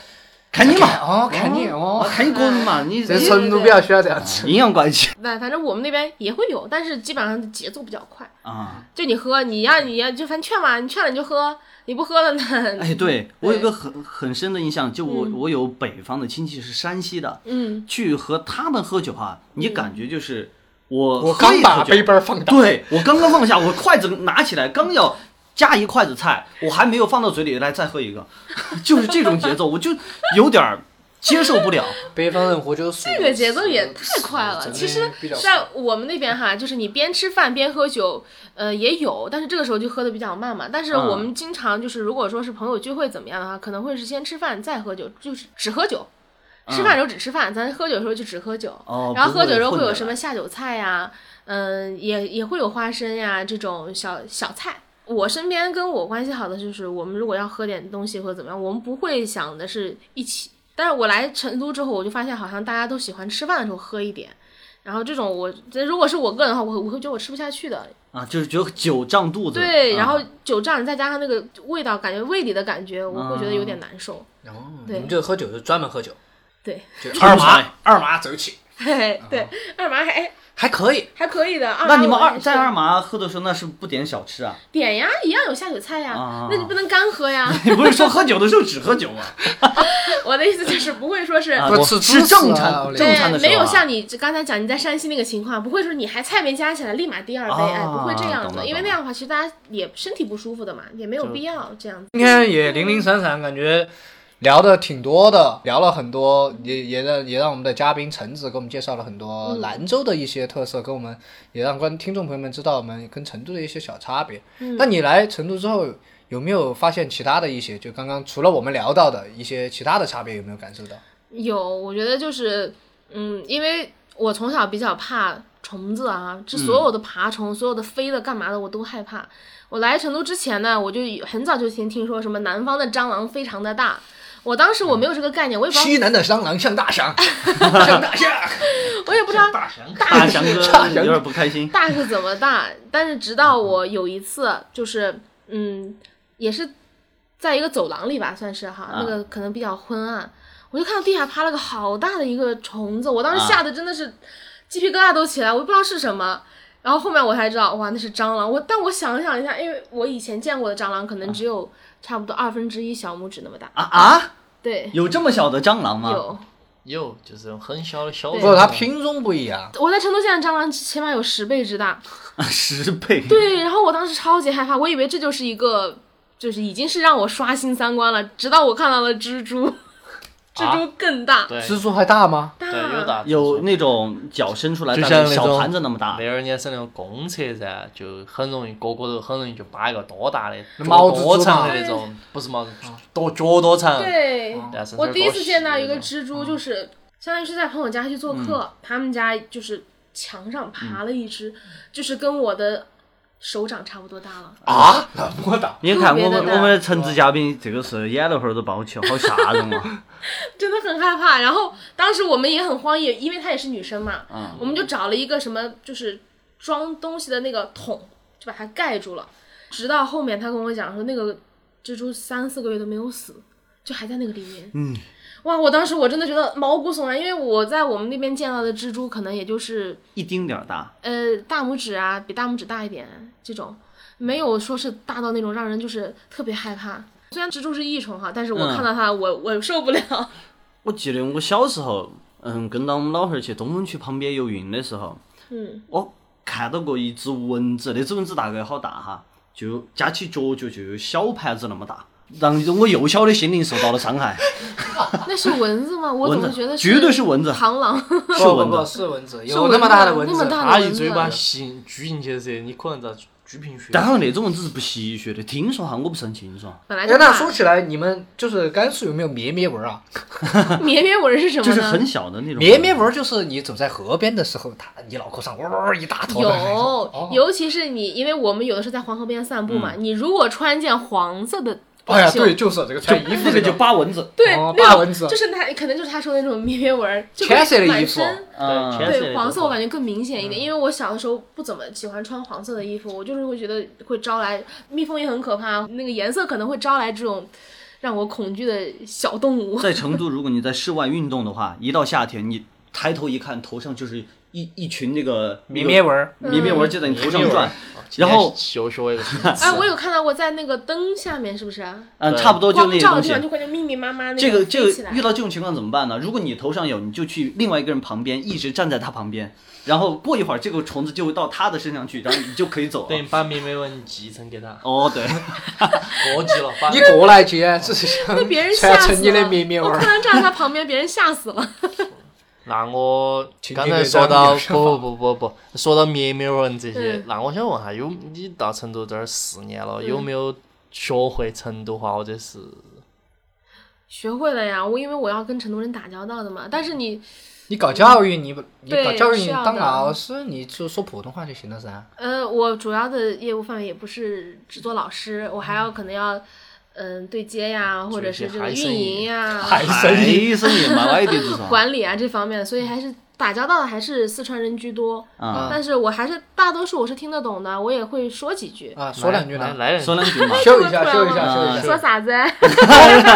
[SPEAKER 2] 看你嘛，
[SPEAKER 1] 哦，看你哦
[SPEAKER 2] 我。看你个人嘛，你
[SPEAKER 1] 这
[SPEAKER 2] 你
[SPEAKER 1] 成都比较喜欢这样子。
[SPEAKER 2] 阴阳怪
[SPEAKER 1] *laughs*
[SPEAKER 2] 气
[SPEAKER 4] 那反正我们那边也会有，但是基本上节奏比较快。
[SPEAKER 2] 啊！
[SPEAKER 4] 就你喝，你要你要就反正劝嘛，你劝了你就喝，你不喝了呢？
[SPEAKER 2] 哎，对我有个很很深的印象，就我我有北方的亲戚是山西的，
[SPEAKER 4] 嗯，
[SPEAKER 2] 去和他们喝酒哈，你感觉就是我
[SPEAKER 1] 我
[SPEAKER 2] 喝
[SPEAKER 1] 刚
[SPEAKER 2] 一口
[SPEAKER 1] 把
[SPEAKER 2] 酒
[SPEAKER 1] 杯杯儿放大。
[SPEAKER 2] 对我刚刚放下，我筷子拿起来，刚要夹一筷子菜，我还没有放到嘴里来，再喝一个， *laughs* 就是这种节奏，我就有点儿接受不了。
[SPEAKER 3] 北方人喝酒速
[SPEAKER 4] 这个节奏也太快了。
[SPEAKER 1] 嗯
[SPEAKER 4] 其实，啊在我们那边哈，就是你边吃饭边喝酒，呃，也有，但是这个时候就喝的比较慢嘛。但是
[SPEAKER 2] 嗯
[SPEAKER 4] 我们经常就是，如果说是朋友聚会怎么样的话，可能会是先吃饭再喝酒，就是只喝酒。 *laughs*
[SPEAKER 2] 嗯
[SPEAKER 4] 吃饭的时候只吃饭，咱喝酒的时候就只喝酒。
[SPEAKER 2] 哦，
[SPEAKER 4] 然后喝酒的时候
[SPEAKER 2] 不
[SPEAKER 4] 会
[SPEAKER 2] 混
[SPEAKER 4] 有
[SPEAKER 2] 着
[SPEAKER 4] 什么
[SPEAKER 2] 来？
[SPEAKER 4] 下酒菜呀、嗯，也也会有花生呀、这种小小菜。我身边跟我关系好的就是，我们如果要喝点东西或者怎么样，我们不会想的是一起。但是我来成都之后，我就发现好像大家都喜欢吃饭的时候喝一点，然后这种我这如果是我个人的话，我会我会觉得我吃不下去的。
[SPEAKER 2] 啊，就是觉得酒胀肚子。
[SPEAKER 4] 对，
[SPEAKER 2] 啊
[SPEAKER 4] 然后酒胀再加上那个味道，感觉胃里的感觉，我会觉得有
[SPEAKER 2] 啊
[SPEAKER 4] 点难受。 *laughs*
[SPEAKER 1] 你们就喝酒就专门喝酒。
[SPEAKER 4] 对，
[SPEAKER 1] 就
[SPEAKER 2] 冲
[SPEAKER 1] 二
[SPEAKER 2] 上来
[SPEAKER 1] 麻二麻走起，
[SPEAKER 4] 嘿嘿，对，二麻还哎
[SPEAKER 1] 还可以。
[SPEAKER 4] 还可以的。二麻
[SPEAKER 2] 啊那你们
[SPEAKER 4] 我还
[SPEAKER 2] 二在
[SPEAKER 4] 是
[SPEAKER 2] 二麻喝的时候，那是不点小吃啊？ *laughs*
[SPEAKER 4] 点呀，一样有下酒菜呀，
[SPEAKER 2] 啊
[SPEAKER 4] 那你不能干
[SPEAKER 2] *laughs*
[SPEAKER 4] 喝呀。
[SPEAKER 2] 你不是说喝酒的时候只喝
[SPEAKER 1] *laughs*
[SPEAKER 2] 酒吗？
[SPEAKER 4] 我的意思就是不会说是。
[SPEAKER 2] 啊，
[SPEAKER 1] 不
[SPEAKER 2] 我
[SPEAKER 1] 吃
[SPEAKER 2] 吃
[SPEAKER 1] 猪
[SPEAKER 2] 正
[SPEAKER 1] 食啊
[SPEAKER 2] 常
[SPEAKER 1] 我
[SPEAKER 2] 正
[SPEAKER 4] 对
[SPEAKER 2] 常的，时候啊
[SPEAKER 4] 没有像你刚才讲你在山西那个情况，不会说你还菜没加起来立马第二杯，
[SPEAKER 2] 啊
[SPEAKER 4] 哎，不会这样
[SPEAKER 2] 懂了
[SPEAKER 4] 的，因为
[SPEAKER 2] 懂了
[SPEAKER 4] 那样的话其实大家也身体不舒服的嘛，也没有必要这样子。
[SPEAKER 1] 今天也零零散散，感觉聊的挺多的，聊了很多，也也让也让我们的嘉宾橙子给我们介绍了很多兰州的一些特色，跟我们也让观听众朋友们知道我们跟成都的一些小差别。
[SPEAKER 4] 嗯
[SPEAKER 1] 那你来成都之后，有没有发现其他的一些？就刚刚除了我们聊到的一些其他的差别，有没有感受到？
[SPEAKER 4] 有，我觉得就是，嗯，因为我从小比较怕虫子啊，
[SPEAKER 2] 嗯
[SPEAKER 4] 这所有的爬虫、所有的飞的、干嘛的，我都害怕。我来成都之前呢，我就很早就先听说什么南方的蟑螂非常的大，我当时我没有这个概念，我也不知道
[SPEAKER 1] 西南的蟑螂像大
[SPEAKER 4] *laughs*
[SPEAKER 1] 象，像大象，
[SPEAKER 4] 我也不知道
[SPEAKER 1] 大象。
[SPEAKER 2] 大翔哥
[SPEAKER 1] 大翔哥
[SPEAKER 2] 有点不开心。
[SPEAKER 4] 大是怎么大？但是直到我有一次，就是嗯，也是在一个走廊里吧，算是哈，
[SPEAKER 2] 啊
[SPEAKER 4] 那个可能比较昏暗，我就看到地下趴了个好大的一个虫子，我当时
[SPEAKER 2] 啊
[SPEAKER 4] 吓得真的是鸡皮疙瘩都起来，我不知道是什么。然后后面我才知道，哇，那是蟑螂。我但我想想一下，因为我以前见过的蟑螂可能只有差不多二分之一小拇指那么大。
[SPEAKER 2] 啊啊！
[SPEAKER 4] 对，
[SPEAKER 2] 有这么小的蟑螂吗？
[SPEAKER 4] 有。
[SPEAKER 3] 有就是那种很小的小
[SPEAKER 4] 对
[SPEAKER 1] 不过它品种不一样，
[SPEAKER 4] 我在成都见的蟑螂起码有十倍之大。
[SPEAKER 2] *laughs* 十倍。
[SPEAKER 4] 对，然后我当时超级害怕，我以为这就是一个，就是已经是让我刷新三观了。直到我看到了蜘
[SPEAKER 3] *laughs*
[SPEAKER 4] 蛛，蜘蛛更大，
[SPEAKER 3] 对
[SPEAKER 1] 蜘蛛还大吗？
[SPEAKER 4] 大
[SPEAKER 3] 啊对有打
[SPEAKER 2] 有那种脚伸出来，
[SPEAKER 3] 就
[SPEAKER 2] 大概
[SPEAKER 3] 像那
[SPEAKER 2] 小
[SPEAKER 3] 种
[SPEAKER 2] 盘子那么大
[SPEAKER 3] 那。二年生那种公车噻，就很容易个个都很容易就扒一个多大的，
[SPEAKER 1] 那毛子
[SPEAKER 3] 多
[SPEAKER 1] 猪
[SPEAKER 3] 长
[SPEAKER 1] 嘛
[SPEAKER 3] 的那种，不是毛子猪，多脚多长。
[SPEAKER 4] 对，
[SPEAKER 3] 但嗯是
[SPEAKER 4] 我第一次见到
[SPEAKER 3] 它
[SPEAKER 4] 一个
[SPEAKER 3] 多细
[SPEAKER 4] 蜘蛛，就是相当于是在朋友家去做
[SPEAKER 3] 嗯
[SPEAKER 4] 客，他们家就是墙上爬了一只，就是跟我的手掌差不多大了。
[SPEAKER 1] 啊， *laughs* 那么大。
[SPEAKER 2] 你看我们
[SPEAKER 4] 特别的大
[SPEAKER 2] 我们的橙子嘉宾这个是眼泪花儿都爆起，好吓人
[SPEAKER 4] *laughs*
[SPEAKER 2] 啊！
[SPEAKER 4] 真的很害怕。然后当时我们也很慌，也因为她也是女生嘛，我们就找了一个什么就是装东西的那个桶，就把它盖住了。直到后面她跟我讲说，那个蜘蛛三四个月都没有死，就还在那个里面。嗯，哇！我当时我真的觉得毛骨悚然，因为我在我们那边见到的蜘蛛可能也就是
[SPEAKER 2] 一丁点儿大，
[SPEAKER 4] 呃大拇指啊，比大拇指大一点这种，没有说是大到那种让人就是特别害怕。虽然蜘蛛是益虫哈，但是我
[SPEAKER 2] 嗯
[SPEAKER 4] 看到它，我我受不了。
[SPEAKER 2] 我记得我小时候，嗯，跟到我们老汉儿去东风区旁边游泳的时候，
[SPEAKER 4] 嗯，
[SPEAKER 2] 我看到过一只蚊子，那只蚊子大概好大哈，就夹起脚脚就有小盘子那么大，让我幼小的心灵受到了伤
[SPEAKER 4] *laughs*
[SPEAKER 2] 害。
[SPEAKER 4] 那是蚊子吗？我怎
[SPEAKER 2] 蚊子
[SPEAKER 4] 么觉得
[SPEAKER 2] 绝对是蚊子，
[SPEAKER 4] 螳螂？ *laughs*
[SPEAKER 2] 是蚊
[SPEAKER 1] 哦不不不
[SPEAKER 2] 子。
[SPEAKER 1] 是蚊子，
[SPEAKER 4] 蚊
[SPEAKER 1] 有
[SPEAKER 4] 子
[SPEAKER 1] 那么大的蚊
[SPEAKER 4] 那么
[SPEAKER 1] 子，
[SPEAKER 4] 大的
[SPEAKER 3] 它
[SPEAKER 4] 蚊
[SPEAKER 3] 一
[SPEAKER 4] 子
[SPEAKER 3] 嘴巴吸引举进去噻，你可能遭居贫血。
[SPEAKER 2] 当然那种人只是不吸血的，听说哈，我不是很清楚。
[SPEAKER 4] 本来
[SPEAKER 1] 哎
[SPEAKER 4] 就，
[SPEAKER 1] 那
[SPEAKER 4] 辣
[SPEAKER 1] 说起来，你们就是甘肃有没有绵绵纹啊？
[SPEAKER 4] *laughs* 绵绵纹是什么
[SPEAKER 2] 就
[SPEAKER 4] 呢？
[SPEAKER 2] 是很小的那种
[SPEAKER 1] 绵绵纹就是你走在河边的时候，它你脑壳上喔一大坨的那种。
[SPEAKER 4] 有，尤其是你，因为我们有的时候在黄河边散步
[SPEAKER 2] 嗯
[SPEAKER 4] 嘛，你如果穿件黄色的短
[SPEAKER 1] 哎呀，
[SPEAKER 4] 袖，
[SPEAKER 1] 对，就是这个穿衣服
[SPEAKER 2] 那个就扒蚊子，
[SPEAKER 4] 对，
[SPEAKER 1] 哦
[SPEAKER 4] 那
[SPEAKER 1] 大
[SPEAKER 4] 种
[SPEAKER 1] 蚊子
[SPEAKER 4] 就是他可能就是他说的那种绵绵纹儿，就
[SPEAKER 1] 浅色的
[SPEAKER 4] 满
[SPEAKER 1] 衣服
[SPEAKER 4] 身
[SPEAKER 2] 嗯
[SPEAKER 3] 对，
[SPEAKER 4] 对黄色我感觉更明显一点，因为我小的时候不怎么喜欢穿黄色的衣服，我就是会觉得会招来蜜蜂也很可怕，那个颜色可能会招来这种让我恐惧的小动
[SPEAKER 2] *laughs*
[SPEAKER 4] *laughs* 物。
[SPEAKER 2] 在成都，如果你在室外运动的话，一到夏天，你抬头一看，头上就是一一群那个
[SPEAKER 1] 绵绵纹，
[SPEAKER 2] 那个绵绵
[SPEAKER 4] 嗯
[SPEAKER 2] 纹就在你头上转，
[SPEAKER 3] 哦今天
[SPEAKER 2] 然后
[SPEAKER 3] 学学一个新词，
[SPEAKER 4] 哎，我有看到过在那个灯下面是不是啊？
[SPEAKER 2] 嗯，
[SPEAKER 3] 对
[SPEAKER 2] 差不多就
[SPEAKER 4] 光
[SPEAKER 2] 那
[SPEAKER 4] 照
[SPEAKER 2] 东
[SPEAKER 4] 的地
[SPEAKER 2] 西
[SPEAKER 4] 方。就会就密密麻麻那
[SPEAKER 2] 这个这
[SPEAKER 4] 飞起
[SPEAKER 2] 个
[SPEAKER 4] 来。
[SPEAKER 2] 遇到这种情况怎么办呢？如果你头上有，你就去另外一个人旁边，一直站在他旁边，然后过一会儿这个虫子就会到他的身上去，然后你就可以走
[SPEAKER 3] *laughs* 等于
[SPEAKER 2] 了。
[SPEAKER 3] 把绵绵纹继承给他，
[SPEAKER 2] 哦，
[SPEAKER 3] *laughs*
[SPEAKER 2] 对，
[SPEAKER 3] 国 *laughs* 籍了，把
[SPEAKER 1] 你过来接，只是
[SPEAKER 4] *laughs*
[SPEAKER 1] 想
[SPEAKER 4] 被别人吓
[SPEAKER 1] 传
[SPEAKER 4] 死了，
[SPEAKER 1] 承你的绵绵 *laughs*
[SPEAKER 4] 我
[SPEAKER 1] 纹
[SPEAKER 4] 看。
[SPEAKER 2] *laughs*
[SPEAKER 4] 到站在他旁边，别人吓死了。 *laughs*
[SPEAKER 3] 那我
[SPEAKER 1] 请
[SPEAKER 3] 刚
[SPEAKER 1] 你
[SPEAKER 3] 才
[SPEAKER 1] 给
[SPEAKER 3] 说
[SPEAKER 1] 咱
[SPEAKER 3] 到
[SPEAKER 1] 们点
[SPEAKER 3] 不不不不不，说到绵绵纹这些
[SPEAKER 4] 嗯，
[SPEAKER 3] 那我想问下，有你到成都这儿四年了，有没有学会成都话或者是
[SPEAKER 4] 学会了呀，我因为我要跟成都人打交道的嘛。但是你
[SPEAKER 1] 你搞教育，你不你
[SPEAKER 4] 对
[SPEAKER 1] 搞教育，你
[SPEAKER 4] 是要的
[SPEAKER 1] 当老师，你就说普通话就行了噻。
[SPEAKER 4] 呃，我主要的业务范围也不是只做老师，我还要可能要嗯、对接呀，或者是这
[SPEAKER 3] 做
[SPEAKER 4] 个
[SPEAKER 3] 一
[SPEAKER 4] 运
[SPEAKER 3] 些海参
[SPEAKER 4] 营呀、
[SPEAKER 1] 海参
[SPEAKER 2] 医生也蛮歪的，至少
[SPEAKER 4] 管理啊这方面，所以还是打交道的还是四川人居多。
[SPEAKER 2] 啊，
[SPEAKER 4] 但是我还是大多数我是听得懂的，我也会说几句。
[SPEAKER 1] 啊，说两句
[SPEAKER 3] 来
[SPEAKER 1] 呢，
[SPEAKER 3] 来人
[SPEAKER 2] 说两句嘛。
[SPEAKER 1] 秀一下，
[SPEAKER 4] 哎这
[SPEAKER 1] 秀
[SPEAKER 4] 么
[SPEAKER 1] 一
[SPEAKER 4] 突然
[SPEAKER 1] 下，
[SPEAKER 4] 吗
[SPEAKER 1] 秀一下哎
[SPEAKER 4] 说啥子？啊
[SPEAKER 1] *laughs*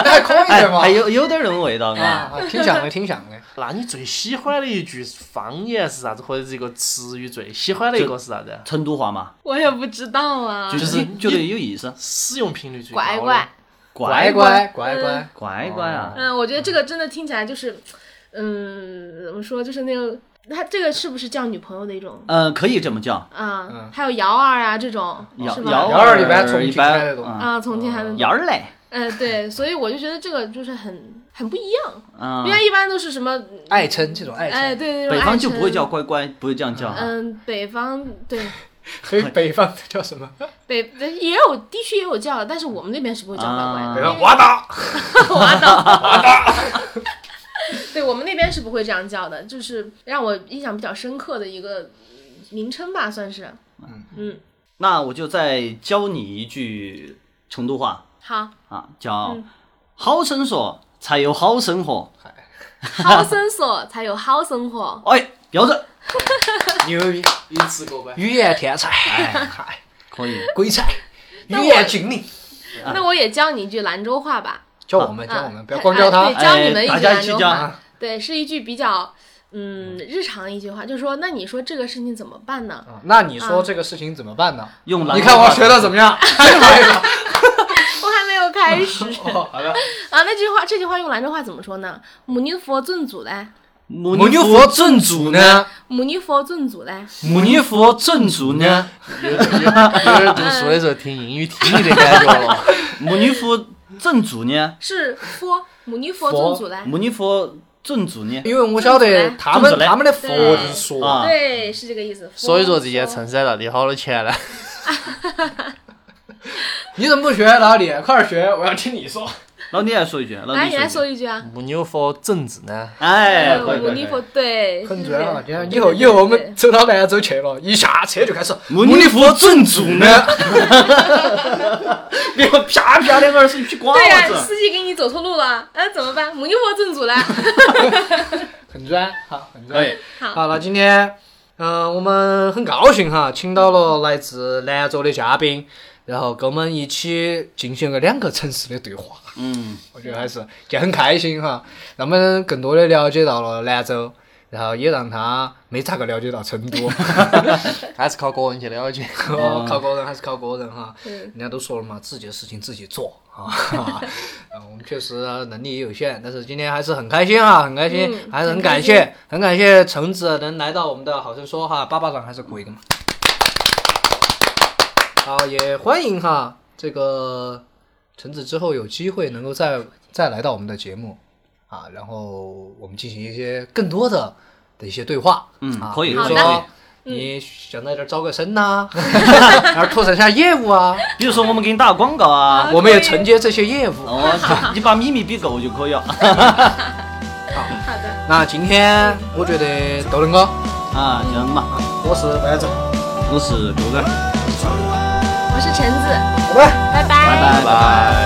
[SPEAKER 1] 还可以
[SPEAKER 2] 哎
[SPEAKER 1] 的，嘛
[SPEAKER 2] 还。有有点那种味道啊。
[SPEAKER 1] 啊，挺像的，挺像的。
[SPEAKER 3] 那你最喜欢的一句方言是啥子，或者是一个词语最喜欢的一个是啥子？
[SPEAKER 2] 成都话嘛，
[SPEAKER 4] *laughs* 我也不知道啊
[SPEAKER 2] 就。是觉得有意思，
[SPEAKER 3] 使用频率最高的
[SPEAKER 4] 乖乖，
[SPEAKER 1] 哎乖乖乖乖，
[SPEAKER 2] 乖乖啊，
[SPEAKER 4] 嗯，我觉得这个真的听起来就是，嗯，怎么说，就是那个，他这个是不是叫女朋友的一种
[SPEAKER 2] 呃，可以这么叫，
[SPEAKER 4] 啊？还有瑶儿啊这种，
[SPEAKER 2] 摇
[SPEAKER 4] 是吧？
[SPEAKER 2] 摇
[SPEAKER 1] 摇儿
[SPEAKER 2] 嗯儿
[SPEAKER 1] 一般重
[SPEAKER 2] 一
[SPEAKER 1] 庆开
[SPEAKER 2] 般
[SPEAKER 1] 那种
[SPEAKER 2] 嗯
[SPEAKER 4] 啊，从前还能，
[SPEAKER 2] 摇儿嘞，
[SPEAKER 4] 呃，对，所以我就觉得这个就是很很不一样，
[SPEAKER 2] 嗯
[SPEAKER 4] 人，家一般都是什么，
[SPEAKER 1] 爱称这种爱
[SPEAKER 4] 哎，
[SPEAKER 1] 称，
[SPEAKER 4] 对，那种
[SPEAKER 2] 北
[SPEAKER 4] 爱
[SPEAKER 2] 方就不会
[SPEAKER 4] 称
[SPEAKER 2] 叫，乖乖，不会这样叫啊哈，
[SPEAKER 4] 嗯，北方对
[SPEAKER 1] 所以北方叫什
[SPEAKER 4] *laughs*
[SPEAKER 1] 么？
[SPEAKER 4] 北也有地区也有叫的，但是我们那边是不会叫乖乖
[SPEAKER 2] 啊
[SPEAKER 4] 的，
[SPEAKER 1] 北方哇哒，
[SPEAKER 4] 对我们那边是不会这样叫的，就是让我印象比较深刻的一个嗯名称吧，算是，嗯，
[SPEAKER 2] 那我就再教你一句成都话
[SPEAKER 4] 好。
[SPEAKER 2] 啊，叫
[SPEAKER 4] 嗯
[SPEAKER 2] 好生活才有好生活，
[SPEAKER 4] 好生活才有好
[SPEAKER 2] *laughs*
[SPEAKER 4] 生活。
[SPEAKER 2] 哎，标准，
[SPEAKER 1] 牛逼，
[SPEAKER 3] 你吃过呗？
[SPEAKER 1] 语言天才，哎
[SPEAKER 4] *laughs*
[SPEAKER 1] 嗨，
[SPEAKER 2] 可以，
[SPEAKER 1] 鬼才，语
[SPEAKER 4] 那我
[SPEAKER 1] 言精灵。
[SPEAKER 4] 那我也教你一句兰州话吧，
[SPEAKER 1] 教我们，教
[SPEAKER 4] 啊
[SPEAKER 1] 我们，不要光教
[SPEAKER 4] 哎
[SPEAKER 1] 他
[SPEAKER 4] 对。教你们
[SPEAKER 2] 哎
[SPEAKER 4] 一
[SPEAKER 2] 大
[SPEAKER 4] 句
[SPEAKER 2] 家一
[SPEAKER 4] 兰
[SPEAKER 2] 起
[SPEAKER 4] 州
[SPEAKER 2] 教
[SPEAKER 4] 话
[SPEAKER 2] 啊。
[SPEAKER 4] 对，是一句比较嗯日常的一句话，就是说，那你说这个事情怎么办呢？
[SPEAKER 1] 啊那你说这个事情怎么办呢？
[SPEAKER 2] 用兰
[SPEAKER 4] 嗯
[SPEAKER 1] 你
[SPEAKER 2] 州
[SPEAKER 1] 看我
[SPEAKER 2] 话
[SPEAKER 1] 学的怎么
[SPEAKER 4] *laughs*
[SPEAKER 1] 样？太好了！
[SPEAKER 4] 我还没有开始
[SPEAKER 1] 哦好的，
[SPEAKER 4] *laughs* 啊。那句话，这句话用兰州话怎么说呢？母尼佛尊祖嘞，
[SPEAKER 2] 母
[SPEAKER 1] 牛
[SPEAKER 2] 牛
[SPEAKER 1] 佛
[SPEAKER 2] 佛
[SPEAKER 1] 正主 *laughs* 呢？
[SPEAKER 4] 母尼佛尊祖嘞。
[SPEAKER 2] 母牛佛正主呢，
[SPEAKER 3] 有点有
[SPEAKER 4] 嗯
[SPEAKER 3] 点读书的时候听英语听力的感觉了。
[SPEAKER 2] 母牛佛正主呢，
[SPEAKER 4] 是佛，母尼佛
[SPEAKER 1] 佛
[SPEAKER 4] 尊祖嘞。
[SPEAKER 2] 母牛佛正主呢，
[SPEAKER 1] 因为我晓得他
[SPEAKER 2] 正
[SPEAKER 1] 们
[SPEAKER 2] 主嘞
[SPEAKER 1] 他们的佛
[SPEAKER 4] 对
[SPEAKER 1] 就是说，
[SPEAKER 4] 嗯
[SPEAKER 2] 啊，
[SPEAKER 4] 对，是这个意思。佛
[SPEAKER 3] 所以说这些衬衫到底好多钱呢？
[SPEAKER 1] 你怎么不学？老李，快点学，我要听你
[SPEAKER 4] *laughs*
[SPEAKER 1] 说。
[SPEAKER 2] 老李来说一句，老
[SPEAKER 4] 来，
[SPEAKER 2] 李
[SPEAKER 4] 你来
[SPEAKER 2] 说
[SPEAKER 4] 说
[SPEAKER 2] 一句，
[SPEAKER 4] 一句啊。呃
[SPEAKER 3] 木牛佛正治呢？
[SPEAKER 2] 哎，可以
[SPEAKER 4] 母
[SPEAKER 2] 可以
[SPEAKER 4] 尼
[SPEAKER 2] 可
[SPEAKER 4] 佛
[SPEAKER 2] 以，
[SPEAKER 4] 对，
[SPEAKER 1] 很
[SPEAKER 4] 是
[SPEAKER 1] 准
[SPEAKER 4] 这
[SPEAKER 1] 啊
[SPEAKER 4] 个！
[SPEAKER 1] 你看以后以后我们走到兰州去了，一下车就开始
[SPEAKER 2] 母牛佛正主呢，
[SPEAKER 4] 嗯
[SPEAKER 2] 别啪啪两个人是一匹瓜
[SPEAKER 4] 对呀、
[SPEAKER 2] 子。
[SPEAKER 4] 司机给你走错路了，哎、怎么办？母牛我正 *laughs* 主了。
[SPEAKER 1] 很专，好，很
[SPEAKER 2] 可
[SPEAKER 1] 专
[SPEAKER 2] 以。，
[SPEAKER 1] 好，那今天，嗯、我们很高兴哈，请到了来自兰州的嘉宾，然后跟我们一起进行了两个城市的对话，
[SPEAKER 2] 嗯，
[SPEAKER 1] 我觉得还是也很开心哈，让我们更多的了解到了兰州，然后也让他没咋个了解到成都，
[SPEAKER 3] *laughs* 还是靠个人去了解。
[SPEAKER 1] *laughs* 哦靠个人还是靠个人哈。
[SPEAKER 4] 嗯，
[SPEAKER 1] 人家都说了嘛，自己的事情自己做啊。 *laughs* 啊，我们确实能力也有限，但是今天还是很开心啊，很开心，
[SPEAKER 4] 嗯
[SPEAKER 1] 还是很
[SPEAKER 4] 很
[SPEAKER 1] 感
[SPEAKER 4] 开
[SPEAKER 1] 谢，很感谢橙子能来到我们的好声说哈，巴巴掌还是鼓一个嘛。好，也欢迎哈，这个橙子之后有机会能够再再来到我们的节目啊，然后我们进行一些更多的的一些对话，
[SPEAKER 2] 嗯
[SPEAKER 1] 啊
[SPEAKER 2] 可以
[SPEAKER 1] 比如
[SPEAKER 4] 好的
[SPEAKER 1] 说你想在这儿招个生呐、 *laughs* 然后拓展一下业务啊，
[SPEAKER 2] 比如说我们给你打个广告 *laughs* 啊，
[SPEAKER 1] 我们也承接这些业务。
[SPEAKER 2] 哦，你把米米比够就可以了
[SPEAKER 4] 好的，
[SPEAKER 1] 那今天我觉得都能够，
[SPEAKER 2] 啊，就这样嘛。
[SPEAKER 1] 我是白总，
[SPEAKER 2] 我是狗哥，
[SPEAKER 4] 我是橙子，
[SPEAKER 1] 拜拜。
[SPEAKER 4] 拜拜
[SPEAKER 2] 拜拜。